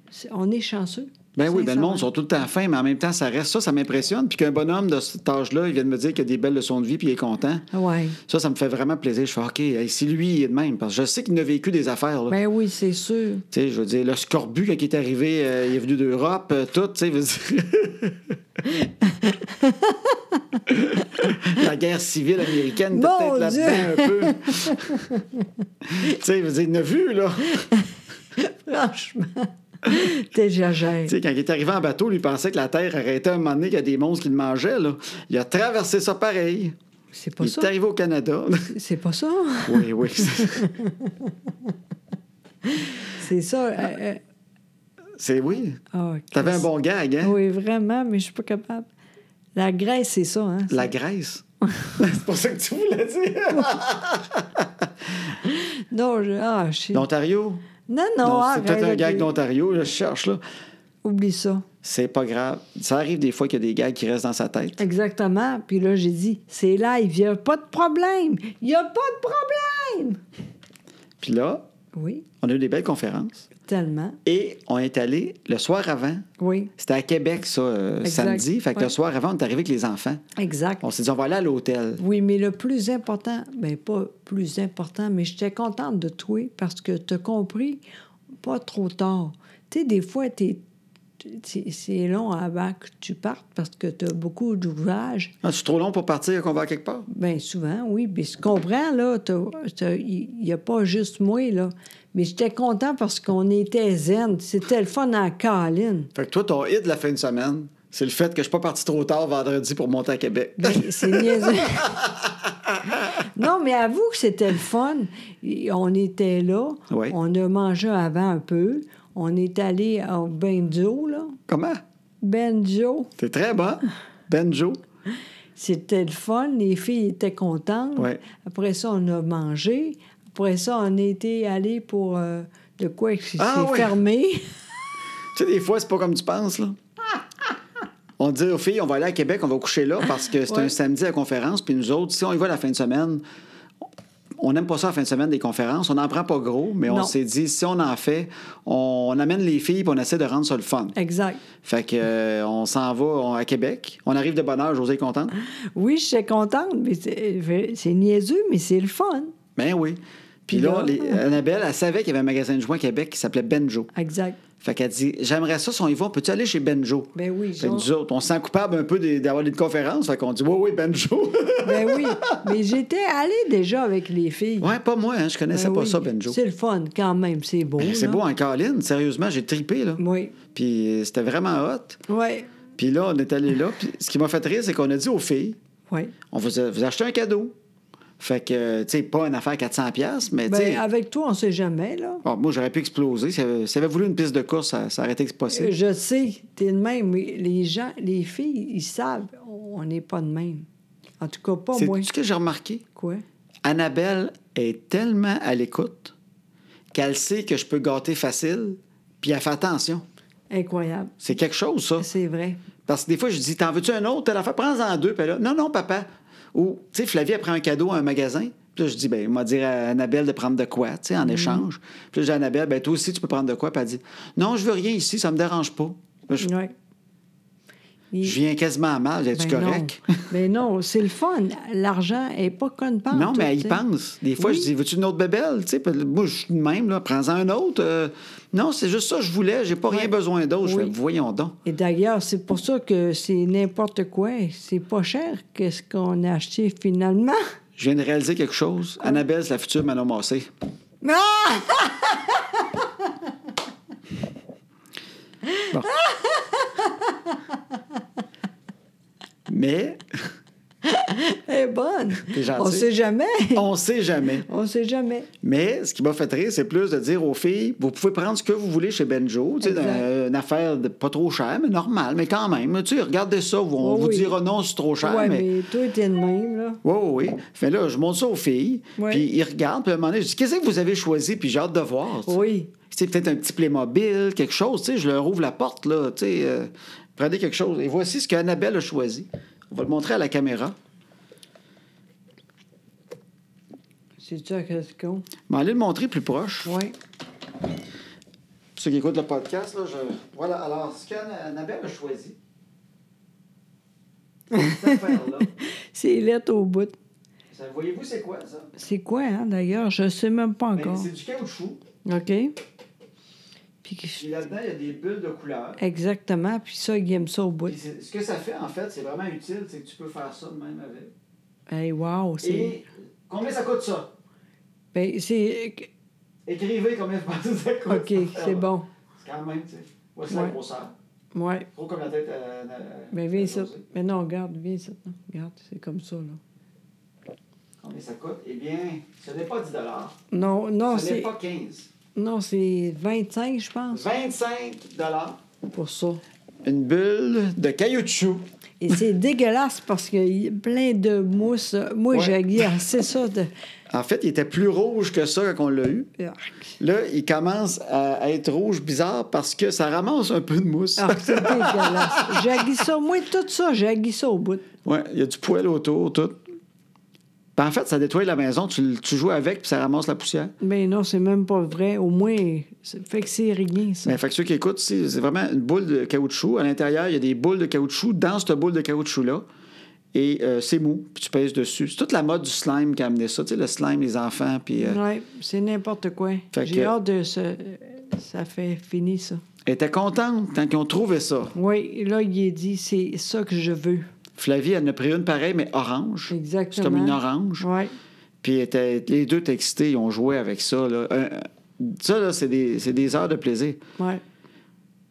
C'est- On est chanceux. Ben oui, ben le monde sincèrement. sont tout le temps fins, mais en même temps, ça reste ça, ça m'impressionne. Puis qu'un bonhomme de cet âge-là, il vient de me dire qu'il a des belles leçons de vie, puis il est content. Ouais. Ça, ça me fait vraiment plaisir. Je fais OK, hey, si lui, il est de même, parce que je sais qu'il a vécu des affaires. Là. Ben oui, c'est sûr. Tu sais, je veux dire, le scorbut, quand il est arrivé, euh, il est venu d'Europe, euh, tout, tu sais, je veux dire. La guerre civile américaine, était Mon peut-être là-dedans un peu. tu sais, je veux dire, il en a vu, là. Franchement, t'exagères. Tu sais, quand il est arrivé en bateau, lui, il pensait que la Terre arrêtait un moment donné, qu'il y a des monstres qui le mangeaient, là. Il a traversé ça pareil. C'est pas Il ça. est arrivé au Canada. C'est pas ça. oui, oui. C'est ça. euh, euh, C'est oui. ah, T'avais un Christ. bon gag, hein? Oui, vraiment, mais je suis pas capable. La Grèce, c'est ça, hein? La Grèce. C'est pour ça que tu voulais dire. Non, je... ah, je... L'Ontario? non, non, Non, c'est arrête, peut-être un ok. gag d'Ontario, là, je cherche là. Oublie ça. C'est pas grave. Ça arrive des fois qu'il y a des gars qui restent dans sa tête. Exactement. Puis là, j'ai dit, c'est live, il n'y a pas de problème. Il n'y a pas de problème. Puis là, Oui, on a eu des belles conférences. tellement. Et on est allé le soir avant. Oui, C'était à Québec, ça, euh, Exact. samedi. Fait que Ouais. le soir avant, on est arrivé avec les enfants. exact. On s'est dit, on va aller à l'hôtel. Oui, mais le plus important, bien pas plus important, mais j'étais contente de toi parce que tu as compris pas trop tard. Tu sais, des fois, t'es- t'es- c'est c'est long avant que tu partes parce que tu as beaucoup d'ouvrages. Ah, c'est trop long pour partir qu'on va à quelque part. Bien souvent, oui. Puis je comprends, là, t'as- t'as- il n'y a pas juste moi, là. Mais j'étais content parce qu'on était zen. C'était le fun en câline. Fait que toi, ton hit de la fin de semaine, c'est le fait que je suis pas parti trop tard vendredi pour monter à Québec. Ben, c'est niaiseux. non, mais avoue que c'était le fun. Et On était là. Oui. On a mangé avant un peu. On est allé au Benjo, là. Comment? Benjo, T'es très bon. Benjo. c'était le fun. Les filles étaient contentes. Ouais. Après ça, on a mangé. Après ça, on était allé pour euh, de quoi que c'est Ah oui. fermé. Tu sais, des fois, c'est pas comme tu penses, là. On dit aux filles, on va aller à Québec, on va coucher là parce que c'est Ouais. un samedi à conférence. Puis nous autres, si on y va la fin de semaine, on n'aime pas ça la fin de semaine des conférences. On n'en prend pas gros, mais Non. on s'est dit, si on en fait, on, on amène les filles et on essaie de rendre ça le fun. Exact. Fait que euh, on s'en va on- à Québec. On arrive de bonne heure, José est contente. Oui, j'étais contente, mais c'est c'est niaiseux, mais c'est le fun. Ben oui. Puis Puis là, là- les- Annabelle, elle savait qu'il y avait un magasin de joints à Québec qui s'appelait Benjo. Exact. Fait qu'elle dit J'aimerais ça, si on y va, on peut-tu aller chez Benjo Ben oui, Fait que genre- nous autres, on se sent coupable un peu des- d'avoir une conférence. Fait qu'on dit Oui, oui, Benjo. Ben oui, mais j'étais allée déjà avec les filles. ouais, pas moi, hein, je connaissais Ben pas oui, ça, Benjo. C'est le fun quand même, c'est beau. Ben, C'est là. beau en Caroline, sérieusement, j'ai tripé, là. Oui. Puis euh, c'était vraiment hot. Oui. Puis là, on est allé là. Puis ce qui m'a fait rire, c'est qu'on a dit aux filles Oui. On vous, a- vous achetez un cadeau. Fait que, euh, tu sais, pas une affaire à 400$, mais tu sais. Ben, avec toi, on sait jamais, là. Bon, moi, j'aurais pu exploser. S'il avait, s'il avait voulu une piste de course, ça, ça aurait été Euh, possible. Je sais, t'es de même, mais les gens, les filles, ils savent, on n'est pas de même. En tout cas, pas C'est moi. ce que j'ai remarqué. Quoi? Annabelle est tellement à l'écoute qu'elle sait que je peux gâter facile, puis elle fait attention. Incroyable. C'est quelque chose, ça. C'est vrai. Parce que des fois, je dis T'en veux-tu un autre T'as l'affaire, prends-en deux. Puis elle a, Non, non, papa. Ou, tu sais, Flavie, elle prend un cadeau à un magasin. Puis là, je dis ben, m'a dire à Annabelle de prendre de quoi, tu Mm. sais, en échange. Puis là, je dis à Annabelle ben, Toi aussi, tu peux prendre de quoi Puis elle dit Non, je veux rien ici, ça me dérange pas. Là, je, Oui. Il- je viens quasiment à mal, es-tu Ben non. correct Ben non, c'est le fun. L'argent est pas conne pas. Non, mais elle y pense. Des fois, Oui. je dis, veux-tu une autre bébelle? Tu sais, puis moi, je suis de même, là, prends-en un autre. Euh, non, c'est juste ça, je voulais, j'ai pas Ouais. rien besoin d'autre. Je Oui. fais, voyons donc. Et d'ailleurs, c'est pour ça que c'est n'importe quoi. C'est pas cher que ce qu'on a acheté finalement. Je viens de réaliser quelque chose. Annabelle, c'est la future Manon Massé. Ah! Mais Elle est Eh, bonne. T'es gentil. On sait jamais. on sait jamais. On sait jamais. Mais ce qui m'a fait rire, c'est plus de dire aux filles, vous pouvez prendre ce que vous voulez chez Benjo, tu sais, Exact. dans- une affaire de, pas trop chère, mais normale, mais quand même. Tu sais, regardez ça, on Oh Oui, vous oui. dira non, c'est trop cher, ouais, mais mais... toi, t'es de même, là. Oui, oui, oui. Fait là, je montre ça aux filles, Ouais. puis ils regardent, puis à un moment donné, je dis Qu'est-ce que vous avez choisi Puis j'ai hâte de voir. tu sais. Oui. C'est peut-être un petit Playmobil, quelque chose, tu sais. Je leur ouvre la porte, là, tu sais. euh, prenez quelque chose. Et voici ce qu'Annabelle a choisi. On va le montrer à la caméra. C'est ça que c'est con. Mais allez le montrer plus proche. Oui. Pour ceux qui écoutent le podcast, là, je- Voilà, alors, ce qu'Annabelle a choisi. Cette affaire-là. C'est lettre au bout. Ça, Voyez-vous, c'est quoi, ça C'est quoi, hein, d'ailleurs? Je sais même pas Ben, encore. C'est du caoutchouc. OK? Puis que- Puis là-dedans, il y a des bulles de couleur. Exactement. Puis ça, il aime ça au bout. Puis c'est- ce que ça fait, en fait, c'est vraiment utile, c'est que tu peux faire ça de même avec. Hey, wow! C'est... Et combien ça coûte ça? Ben, c'est... Écrivez combien vous pensez que ça coûte. OK, cette affaire-là. c'est bon. C'est quand même, tu sais. Voici Ouais. la grosseur. Ouais. Gros comme la tête euh, à. à- à- Ben, viens à ici. José. Mais non, regarde, viens ici. non. Regarde, c'est comme ça, là. Combien ça coûte? Eh bien, ce n'est pas 10 Non, non, Ce n'est Ah, c'est... pas 15 Non, c'est 25, je pense, 25 pour ça. Une bulle de caoutchouc. Et c'est dégueulasse parce qu'il y a plein de mousse. Moi, Ouais. j'ai guère, c'est ça. De... Ah, En fait, il était plus rouge que ça quand on l'a eu. Arc. Là, il commence à à être rouge bizarre parce que ça ramasse un peu de mousse. Ah, c'est dégueulasse. J'haïs ça. Moi, tout ça, j'haïs ça au bout. Ouais, il y a du poêle autour, tout. Puis en fait, ça détruit la maison. Tu, l- tu joues avec, puis ça ramasse la poussière. Mais non, c'est même pas vrai. Au moins, ça fait que c'est rien, ça. Mais Ben, fait que ceux qui écoutent, c'est c'est vraiment une boule de caoutchouc. À l'intérieur, il y a des boules de caoutchouc dans cette boule de caoutchouc-là. Et euh, c'est mou, puis tu pèses dessus. C'est toute la mode du slime qui a amené ça. Tu sais, le slime, les enfants, puis... euh, Oui, c'est n'importe quoi. Fait J'ai que- hâte de ce... euh, Ça fait fini, ça. Elle était contente quand ils ont trouvé ça. Oui, là, il est dit, c'est ça que je veux. Flavie, elle en a pris une pareille, mais orange. C'est Exactement. comme une orange. Oui. Puis elle était- les deux étaient excités, ils ont joué avec ça. Là. Un- ça, là, c'est des, c'est des heures de plaisir. Oui.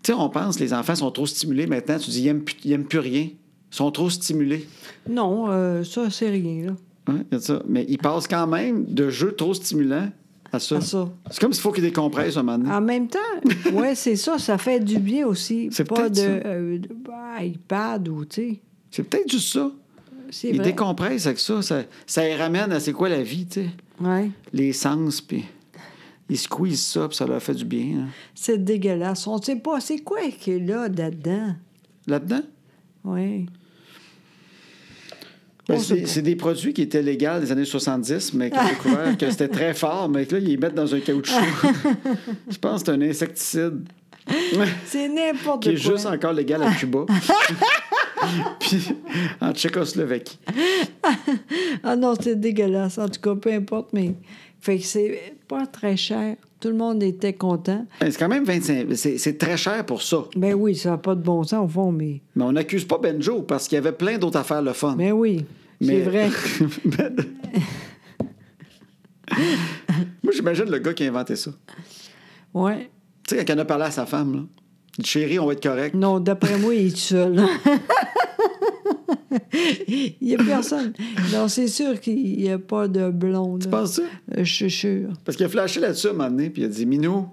Tu sais, on pense les enfants sont trop stimulés maintenant. Tu dis, ils n'aiment plus, ils aiment plus rien. Ils sont trop stimulés. Non, euh, ça, c'est rien, là. Hein, y a de ça. Mais ils passent quand même de jeux trop stimulants à ça. À ça. Ah. C'est comme s'il faut qu'ils décompressent un moment donné. En même temps, oui, c'est ça, ça fait du bien aussi. C'est pas peut-être de, ça. euh, de- bah, iPad ou, tu sais. C'est peut-être juste ça. C'est Ils vrai. décompressent avec ça. Ça, ça les ramène à c'est quoi la vie, tu sais. Ouais. Les sens, puis ils squeezent ça, puis ça leur fait du bien. hein. C'est dégueulasse. On ne sait pas, c'est quoi qui est là, là-dedans? Là-dedans, Oui. Ben, On sait c'est pas. c'est des produits qui étaient légaux des années 70, mais qui ont découvert que c'était très fort, mais que là, ils les mettent dans un caoutchouc. Je pense que c'est un insecticide C'est n'importe qui quoi. est juste encore légal à Cuba. Puis en Tchécoslovaquie. Ah non, c'est dégueulasse. En tout cas, peu importe, mais. Fait que c'est pas très cher. Tout le monde était content. Ben, C'est quand même 25. C'est c'est très cher pour ça. Ben oui, ça n'a pas de bon sens au fond, mais. Mais on n'accuse pas Benjo parce qu'il y avait plein d'autres affaires le fun. Ben oui, Mais- Ben, c'est vrai. Moi, j'imagine le gars qui a inventé ça. Ouais. Tu sais, quand il en a parlé à sa femme, là. Il dit, Chérie, on va être correct. Non, d'après moi, il est tout seul. il n'y a personne. Non, c'est sûr qu'il n'y a pas de blonde. Tu penses ça? Je suis sûre. Parce qu'il a flashé là-dessus à un moment donné, puis il a dit Minou,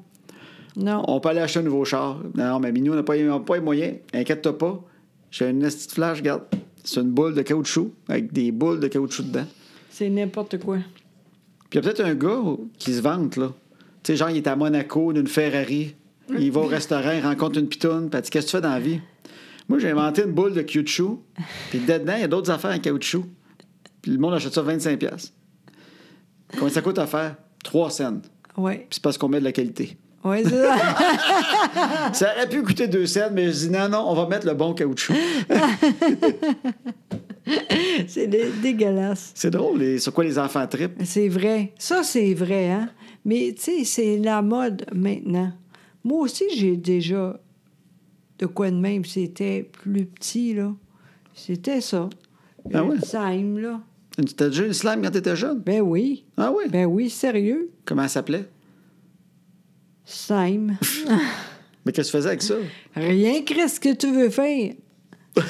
Non. on peut aller acheter un nouveau char. Non, non, mais Minou, on n'a pas, on n'a pas les moyens. Inquiète-toi pas. J'ai une petite flash, regarde. C'est une boule de caoutchouc avec des boules de caoutchouc dedans. C'est n'importe quoi. Puis il y a peut-être un gars qui se vante, là. Tu sais, genre, il est à Monaco d'une Ferrari. Il va au restaurant, il rencontre une pitoune, puis elle dit Qu'est-ce que tu fais dans la vie Moi, j'ai inventé une boule de caoutchouc, puis dedans, il y a d'autres affaires en caoutchouc. Puis le monde achète ça 25$. piastres. Combien ça coûte à faire 3 cents. Puis Oui. c'est parce qu'on met de la qualité. Oui, c'est ça. Ça aurait pu coûter 2 cents, mais je dis non, non, on va mettre le bon caoutchouc. c'est dé- dégueulasse. C'est drôle, les- sur quoi les enfants tripent. C'est vrai. Ça, c'est vrai, hein? Mais, tu sais, c'est la mode maintenant. Moi aussi, j'ai déjà de quoi de même. C'était plus petit, là. C'était ça. Ah Une ouais? time, là. T'as déjà eu une slime quand t'étais jeune? Ben oui. Ah oui? Ben oui, sérieux. Comment elle s'appelait? Sime. Mais qu'est-ce que tu faisais avec ça? Rien, Chris, que tu veux faire.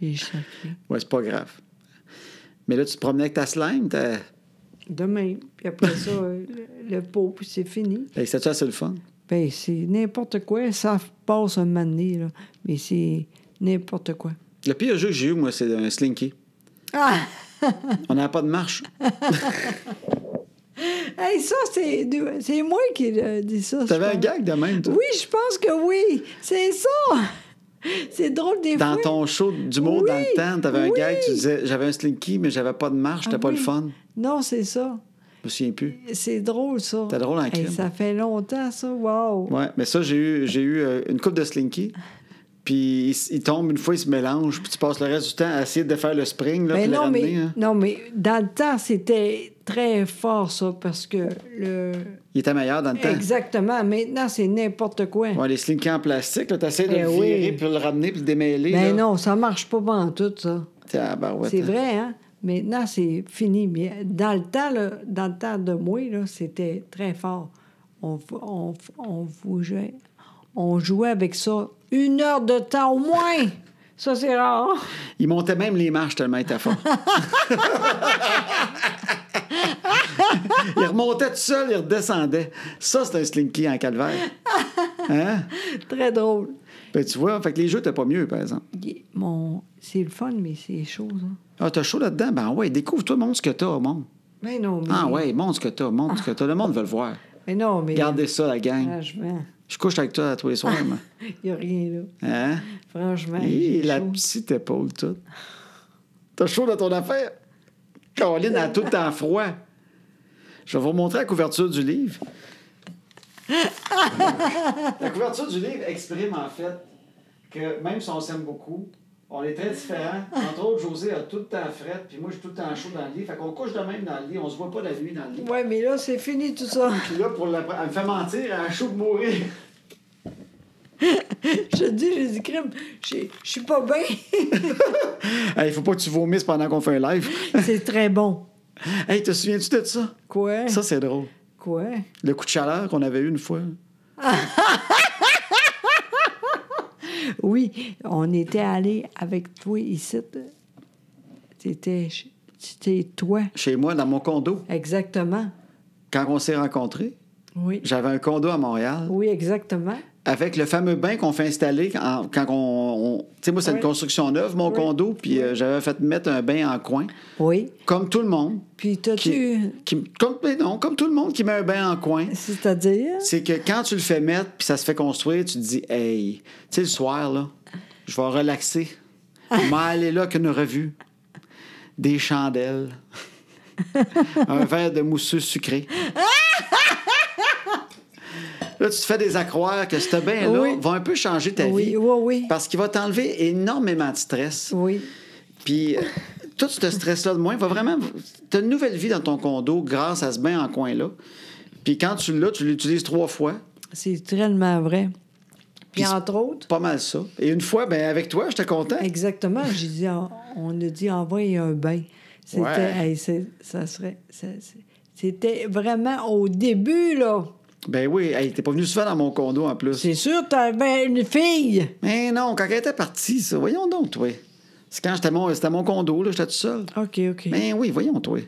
J'ai échappé. Ouais, c'est pas grave. Mais là, tu te promenais avec ta slime, t'as. Demain. Puis après ça, euh, le, le pot, puis c'est fini. Fait que c'était assez le fun. Ben, c'est n'importe quoi. Ça passe un moment donné, là. Mais c'est n'importe quoi. Le pire jeu que j'ai eu, moi, c'est un slinky. Ah! On n'avait pas de marche. Hey, ça, c'est de- c'est moi qui l'ai dit ça. T'avais je un pense. gag de même, toi. Oui, je pense que oui. C'est ça. C'est drôle des Dans fois. ton show d'humour dans Oui, le temps, t'avais un oui. gag, tu disais j'avais un slinky, mais j'avais pas de marche, Ah t'as pas oui. le fun. Non, c'est ça. Je me souviens plus. C'est drôle, ça. T'es drôle en Hey, crime. ça fait longtemps, ça. Wow. Ouais, mais ça, j'ai eu, j'ai eu euh, une coupe de slinky. Puis il, il tombe une fois, il se mélange, puis tu passes le reste du temps à essayer de faire le spring, là, Ben puis le non, ramener. mais, hein. non, mais dans le temps, c'était très fort, ça, parce que le. Il était meilleur dans le temps. Exactement. Maintenant, c'est n'importe quoi. Ouais, les slinky en plastique, là, t'essayes de Eh le oui. virer, puis le ramener, puis le démêler. Ben là. non, ça marche pas en tout, ça. Tabarouette, C'est hein. vrai, hein? Maintenant, c'est fini. Mais dans le temps, là, dans le temps de moi, là, c'était très fort. On, f- on, f- on, vous jouait, on jouait avec ça une heure de temps au moins. Ça, c'est rare. hein? Il montait même les marches tellement il était fort. il remontait tout seul, il redescendait. Ça, c'est un slinky en calvaire. Hein? très drôle. Ben, tu vois, fait que les jeux étaient pas mieux, par exemple. Il- Mon... C'est le fun, mais c'est chaud, ça. Ah, t'as chaud là-dedans? Ben ouais, découvre-toi, montre ce que t'as, montre. Mais non, mais. Ah ouais, montre ce que t'as, montre ce que t'as. Le monde veut le voir. Mais non, mais. Regardez ça, la gang. Franchement, Je couche avec toi à tous les soirs, moi. il n'y a rien là. Hein? Franchement. Et c'est la chaud. petite épaule, toute. T'as chaud dans ton affaire? Caroline a tout le temps froid. Je vais vous montrer la couverture du livre. la couverture du livre exprime, en fait, que même si on s'aime beaucoup, on est très différents. Entre autres, José a tout le temps fret, puis moi, je suis tout le temps chaud dans le lit. Fait qu'on couche de même dans le lit, on se voit pas la nuit dans le lit. Ouais, mais là, c'est fini tout ça. Puis là, pour la... elle me fait mentir, elle a chaud de mourir. Je te dis, j'ai du crime. Je je suis pas bien. Il faut pas que tu vomisses pendant qu'on fait un live. c'est très bon. Hey, te souviens-tu de ça? Quoi? Ça, c'est drôle. Quoi? Le coup de chaleur qu'on avait eu une fois. Oui, on était allé avec toi ici. C'était c'était toi. Chez moi, dans mon condo. Exactement. Quand on s'est rencontrés, Oui. j'avais un condo à Montréal Oui, exactement. avec le fameux bain qu'on fait installer quand, quand on. on- tu sais, moi, c'est Oui. une construction neuve, mon Oui. condo, puis euh, j'avais fait mettre un bain en coin. Oui. Comme tout le monde. Puis t'as-tu... Qui, qui- comme, mais non, comme tout le monde qui met un bain en coin. C'est-à-dire? C'est que quand tu le fais mettre puis ça se fait construire, tu te dis, hey, tu sais, le soir, là, je vais relaxer. Je vais aller là qu'une revue, des chandelles, un verre de mousseux sucré. Là, tu te fais des accroires que ce bain-là Oui. va un peu changer ta Oui, vie. oui, oui. Parce qu'il va t'enlever énormément de stress. Oui. Puis euh, tout ce stress-là de moins va vraiment. T'as une nouvelle vie dans ton condo grâce à ce bain en coin-là. Puis quand tu l'as, tu l'utilises trois fois. C'est tellement vrai. Puis Puis- entre autres... Pas mal ça. Et une fois, ben avec toi, j'étais content. Exactement. J'ai dit, on, on a dit envoyer un bain. C'était, Ouais. hey, c'est- ça serait, ça- c'est- c'était vraiment au début là. Ben oui, hey, t'es pas venu souvent dans mon condo en plus. C'est sûr, t'avais une fille. Mais non, quand elle était partie, ça, voyons donc, toi. C'est quand j'étais mon, c'était mon condo, là, j'étais tout seul. Ok, ok. Ben oui, voyons, toi.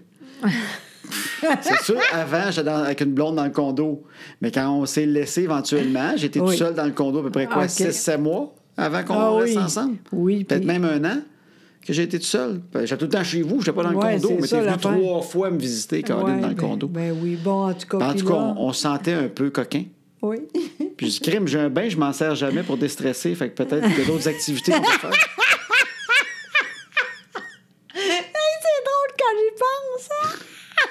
C'est sûr, avant, j'étais dans- avec une blonde dans le condo. Mais quand on s'est laissé éventuellement, j'étais Oui. Ah, tout seul dans le condo à peu près quoi, Ok. 6-7 mois avant qu'on Ah reste oui. ensemble. Oui, Peut-être puis- même un an que j'ai été tout seul. Ben, J'étais tout le temps chez vous, j'étais pas dans le Ouais, condo, c'est mais ça, t'es venu l'affaire. trois fois me visiter, Caroline, Ouais, dans le ben- condo. Ben oui, bon, en tout cas. en puis tout cas, là- on, on se sentait un peu coquin. Oui. Puis je dis, crime, j'ai un bain, je m'en sers jamais pour déstresser. Fait que peut-être qu'il y a d'autres activités qu'on peut faire. Hey, c'est drôle quand j'y pense. hein?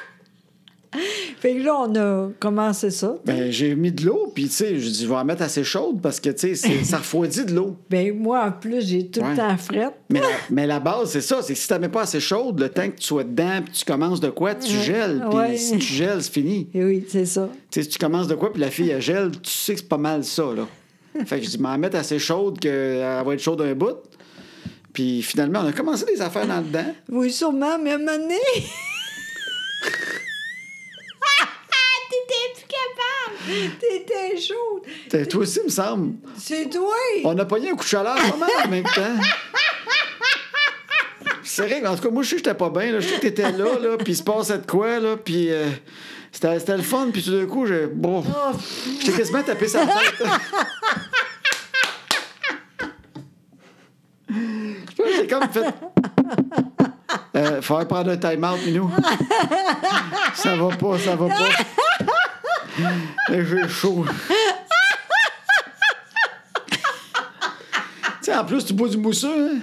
fait que là, on a commencé ça. Ben, j'ai mis de l'eau, puis tu sais, je dis, je vais en mettre assez chaude parce que, tu sais, c'est- ça refroidit de l'eau. Ben moi, en plus, j'ai tout Ouais. le temps frette. Mais la, mais la base, c'est ça. C'est que si tu mets pas assez chaude, le temps que tu sois dedans, puis tu commences de quoi, tu Ouais. gèles. Puis Ouais. si tu gèles, c'est fini. Tu Et oui, c'est ça. sais, si tu commences de quoi, puis la fille, elle gèle, tu sais que c'est pas mal ça, là. Fait que je dis, m'en mettre assez chaude qu'elle va être chaude un bout. Puis finalement, on a commencé des affaires dans le dedans. Oui, sûrement, mais à un moment donné... T'étais plus capable! T'étais chaude! T'es- Toi aussi, me semble. C'est toi! On a pogné un coup de chaleur pas mal en même temps. C'est vrai, en tout cas, moi, je sais que j'étais pas bien. là. Je sais que t'étais là, là, puis il se passait de quoi, là, puis euh, c'était c'était le fun, puis tout d'un coup, j'ai... Bon, Oh, j'ai quasiment tapé sa tête. Je pense que J'ai comme fait... Euh, faudrait prendre un time-out, Minou. Ça va pas, ça va pas. Et J'ai chaud. Tu sais, en plus, tu bois du mousseux, hein?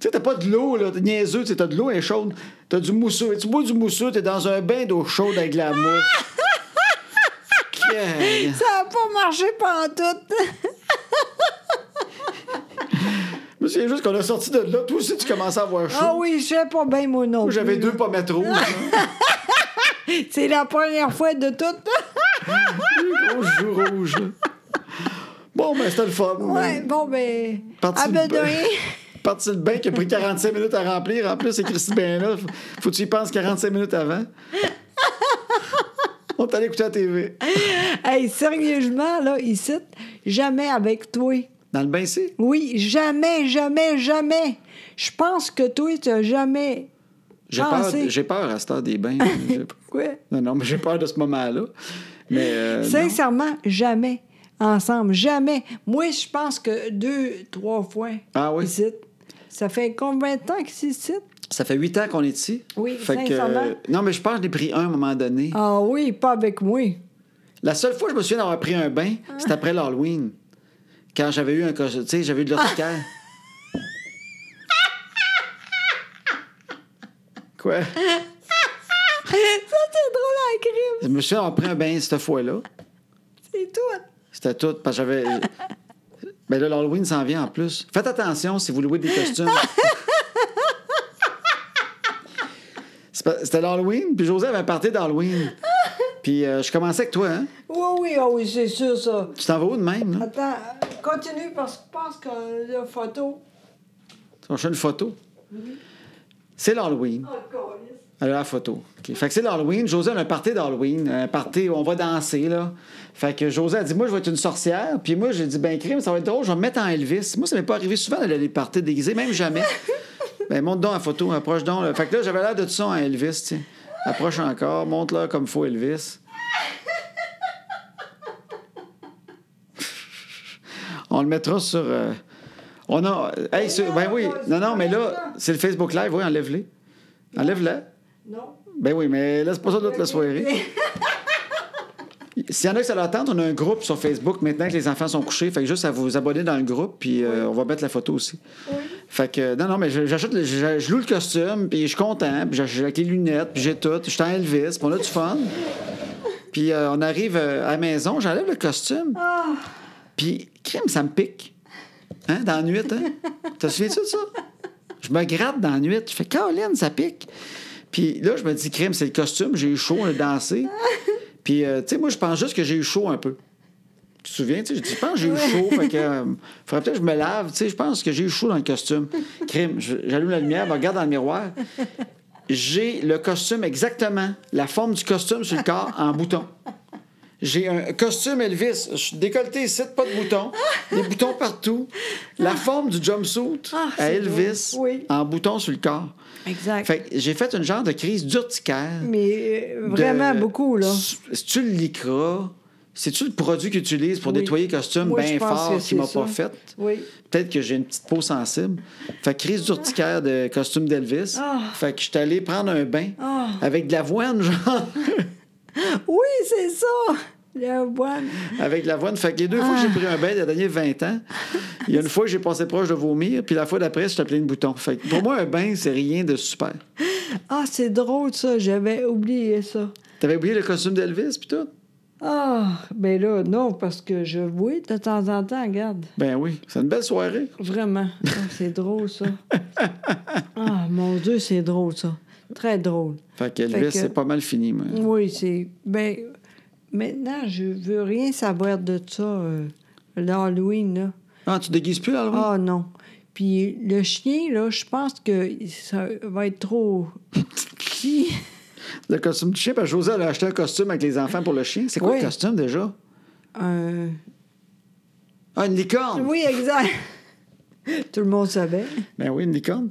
Tu sais, t'as pas de l'eau, là. T'es niaiseux, tu sais, t'as de l'eau, elle est chaude. T'as du mousseux. Et tu bois du mousseux, t'es dans un bain d'eau chaude avec de la mousse. Que- ça a pas marché pantoute! Moi, C'est juste qu'on a sorti de là. Toi aussi, tu commençais à avoir chaud. Ah oui, je sais pas bien mon nom. Moi, J'avais plus, deux pommettes rouges. hein. là. C'est la première fois de toutes. Deux gros joues rouges. là. Bon, ben, c'était le fun. Ouais, bon, ben. Parti ah, ben, de- de rien. Parti le bain qui a pris 45 minutes à remplir. En plus, c'est Christy Bain-là. Faut que tu y penses 45 minutes avant. On t'allait écouter à la TV. Hey, sérieusement, là, ici, jamais avec toi. Dans le bain ici? Oui, jamais, jamais, jamais. Je pense que toi, t'as jamais. J'ai Ah, peur, c'est- j'ai peur à cette heure des bains. J'ai- Quoi? non, non, mais j'ai peur de ce moment-là. Mais euh, non. Sincèrement, jamais. ensemble. Jamais. Moi, je pense que deux, trois fois Ah oui? ici. Ça fait combien de temps que c'est ici? Ça fait huit ans qu'on est ici. Oui, fait que, sincèrement. euh, Non, mais je pense que j'ai pris un à un moment donné. Ah oui, pas avec moi. La seule fois que je me souviens d'avoir pris un bain, Ah. c'était après l'Halloween. Quand j'avais eu un cos- tu sais, j'avais eu de Ah. l'urticaire. Quoi? ça, c'est drôle à crime. Je me souviens d'avoir pris un bain cette fois-là. C'est toi. C'était tout, parce que j'avais... Mais là, l'Halloween s'en vient en plus. Faites attention si vous louez des costumes. C'est pas- C'était l'Halloween, puis José avait parti d'Halloween. Puis euh, je commençais avec toi, hein? Oui, oui, ah oui, c'est sûr, ça. Tu t'en vas où de même, là? Attends, continue parce que je pense que la photo. On fait une photo. C'est l'Halloween. Encore. Elle a la photo. OK. Fait que c'est l'Halloween. José a un party d'Halloween. Un party où on va danser, là. Fait que José a dit, moi, je vais être une sorcière. Puis moi, j'ai dit, ben, crime, ça va être drôle, je vais me mettre en Elvis. Moi, ça m'est pas arrivé souvent d'aller à des parties déguisées, même jamais. ben, monte donc la photo, approche donc. là. Fait que là, j'avais l'air de tout ça en Elvis, tiens. Approche encore, monte-la comme faut Elvis. on le mettra sur... euh, On a... Hey, sur- Ben oui, non, non, mais là, c'est le Facebook Live, oui, enlève-les. Enlève-la. Non. Ben oui, mais là, c'est pas ça toute la soirée. S'il y en a que ça l'attend, on a un groupe sur Facebook maintenant que les enfants sont couchés. Fait que juste à vous abonner dans le groupe, puis euh, on va mettre la photo aussi. Fait que, euh, non, non, mais je- j'achète, le- je, je loue le costume, puis je suis content, puis j'achète avec les lunettes, puis j'ai tout. Je suis en Elvis, puis on a du fun. Puis euh, on arrive euh, à la maison, j'enlève le costume, Ah, puis crime, ça me pique. Hein, dans la nuit, hein? T'as souviens-tu de ça? Je me gratte dans la nuit. Je fais, Caroline, ça pique. Puis là, je me dis, crime, c'est le costume, j'ai eu chaud, on a dansé. Puis, euh, tu sais, moi, je pense juste que j'ai eu chaud un peu. Tu te souviens, tu sais, je dis, je pense que j'ai eu chaud, fait que, euh, faudrait peut-être que je me lave, tu sais, je pense que j'ai eu chaud dans le costume. Crime, je- j'allume la lumière, je regarde dans le miroir. J'ai le costume exactement, la forme du costume sur le corps en bouton. J'ai un costume Elvis, je suis décolleté ici, pas de boutons, des boutons partout. La forme du jumpsuit Ah, à c'est drôle. Elvis Oui. en bouton sur le corps. exact. Fait que j'ai fait une genre de crise d'urticaire. Mais euh, de- vraiment beaucoup, là. Si tu le lycra, c'est-tu le produit qu'ils utilisent pour Oui. nettoyer le costume Moi, je bien pense fort que qui c'est m'a ça. pas fait? Oui. Peut-être que j'ai une petite peau sensible. Fait que crise d'urticaire de costume d'Elvis. Ah. Fait que je suis allé prendre un bain Ah. avec de l'avoine, genre. Oui, c'est ça. Le one. avec de l'avoine. Fait que les deux fois que Ah. j'ai pris un bain les derniers 20 ans, il y a une fois que j'ai passé proche de vomir, puis la fois d'après, je plein de boutons. Fait que pour moi, un bain, c'est rien de super. Ah, c'est drôle, ça. J'avais oublié ça. T'avais oublié le costume d'Elvis, puis tout? Ah, ben là, non, parce que je vois de temps en temps, regarde. Ben oui, c'est une belle soirée. Vraiment. Ah, c'est drôle, ça. Ah, mon Dieu, c'est drôle, ça. Très drôle. Fait qu'Elvis, Fait que- c'est pas mal fini, moi. Oui, c'est. Ben, maintenant, je veux rien savoir de ça, euh, l'Halloween, là. Ah, tu déguises plus l'Halloween? Ah, non. Puis le chien, là, je pense que ça va être trop. Qui? Le costume du chien, parce que José elle a acheté un costume avec les enfants pour le chien. C'est quoi Oui. le costume déjà? Euh, Ah, une licorne! Oui, exact. Tout le monde savait. Ben oui, une licorne.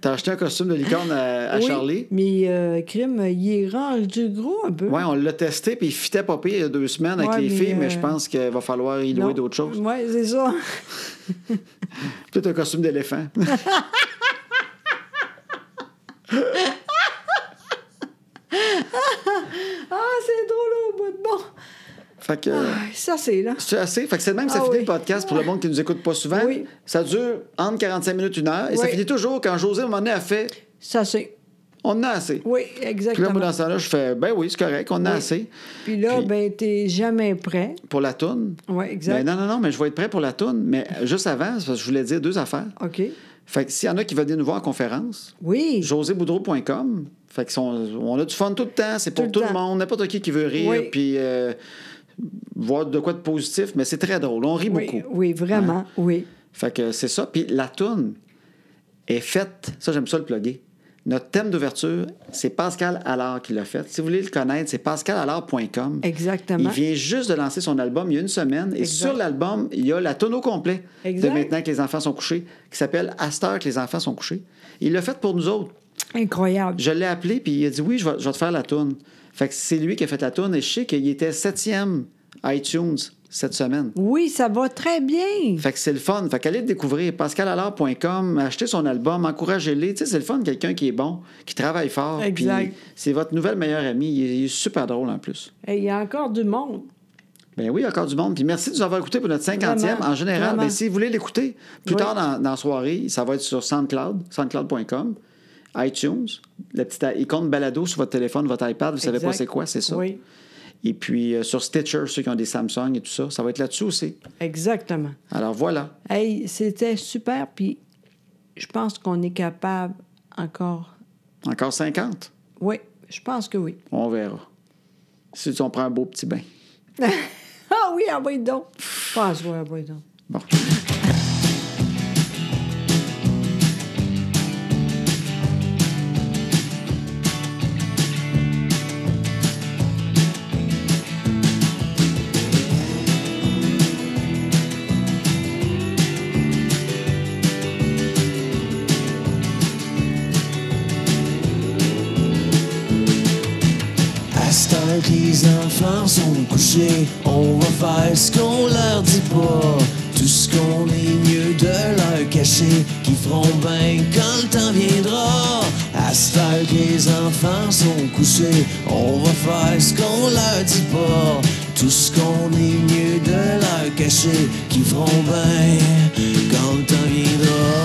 T'as acheté un costume de licorne à, à Oui, Charlie? Mais euh, Crime, il est rendu gros un peu. Oui, on l'a testé, puis il fitait pas pire il y a deux semaines avec Ouais, les mais, filles, mais euh, je pense qu'il va falloir y louer d'autres choses. Oui, c'est ça. Peut-être un costume d'éléphant. Ah, c'est drôle au bout de bon. fait que. euh, Ah, ça, c'est là. C'est assez. Fait que c'est de même que ça Ah finit oui. le podcast pour le monde qui nous écoute pas souvent. Oui. Ça dure entre 45 minutes, une heure. Et ça Oui. finit toujours quand José, à un moment donné, a fait Ça, c'est. On en a assez. Puis Oui, là, moi, exactement. dans ce temps-là, je fais Ben oui, c'est correct, on en a Oui. assez Puis là, Puis- ben, t'es jamais prêt. pour la toune. Oui, Ben exact. non, non, non, mais je vais être prêt pour la toune. Mais juste avant, c'est parce que je voulais dire deux affaires. OK. Fait que s'il y en a qui veulent venir nous voir en conférence, Oui. joséboudreau.com. Fait que si on, on a du fun tout le temps, c'est pour Tout le tout le, temps. monde, n'importe qui qui veut rire, Oui. puis euh, voir de quoi de positif, mais c'est très drôle, on rit Oui, beaucoup. Hein? oui, vraiment, oui. Fait que c'est ça. Puis la toune est faite. Ça, j'aime ça le plugger. Notre thème d'ouverture, c'est Pascal Allard qui l'a fait. Si vous voulez le connaître, c'est pascalallard.com. Il Exactement. vient juste de lancer son album il y a une semaine. Et Exact. sur l'album, il y a la tonneau au complet Exact. de Maintenant que les enfants sont couchés, qui s'appelle À cette heure que les enfants sont couchés. Il l'a fait pour nous autres. Incroyable. Je l'ai appelé, puis il a dit Oui, je vais, je vais te faire la toune. Fait que c'est lui qui a fait la toune. Et je sais qu'il était septième iTunes cette semaine. Oui, ça va très bien. Fait que c'est le fun. Fait qu'allez le découvrir. PascalAllard.com, achetez son album, encouragez-les. Tu sais, c'est le fun, quelqu'un qui est bon, qui travaille fort. Exact. puis C'est votre nouvelle meilleure amie. Il est, il est super drôle en plus. Et il y a encore du monde. Ben oui, encore du monde. Puis merci de nous avoir écoutés pour notre 50e. Vraiment, en général, vraiment. ben, si vous voulez l'écouter, plus Oui. tard dans, dans la soirée, ça va être sur SoundCloud, soundcloud.com, iTunes, la petite icône balado sur votre téléphone, votre iPad, vous savez pas Exact. c'est quoi, c'est ça. Oui, Et puis euh, sur Stitcher, ceux qui ont des Samsung et tout ça, ça va être là-dessus aussi. exactement. Alors voilà. Hey, c'était super, puis je pense qu'on est capable encore. Encore 50. Oui, je pense que oui. On verra. Si on prend un beau petit bain. Ah oui, ah oui, donc. Je pense, oui, ah oui, donc. Bon. À ce temps que les enfants sont couchés, on va faire ce qu'on leur dit pas. Tout ce qu'on est mieux de leur cacher, qui feront bien quand le temps viendra. À ce temps que les enfants sont couchés, on va faire ce qu'on leur dit pas. Tout ce qu'on est mieux de leur cacher, qui feront bien quand le temps viendra.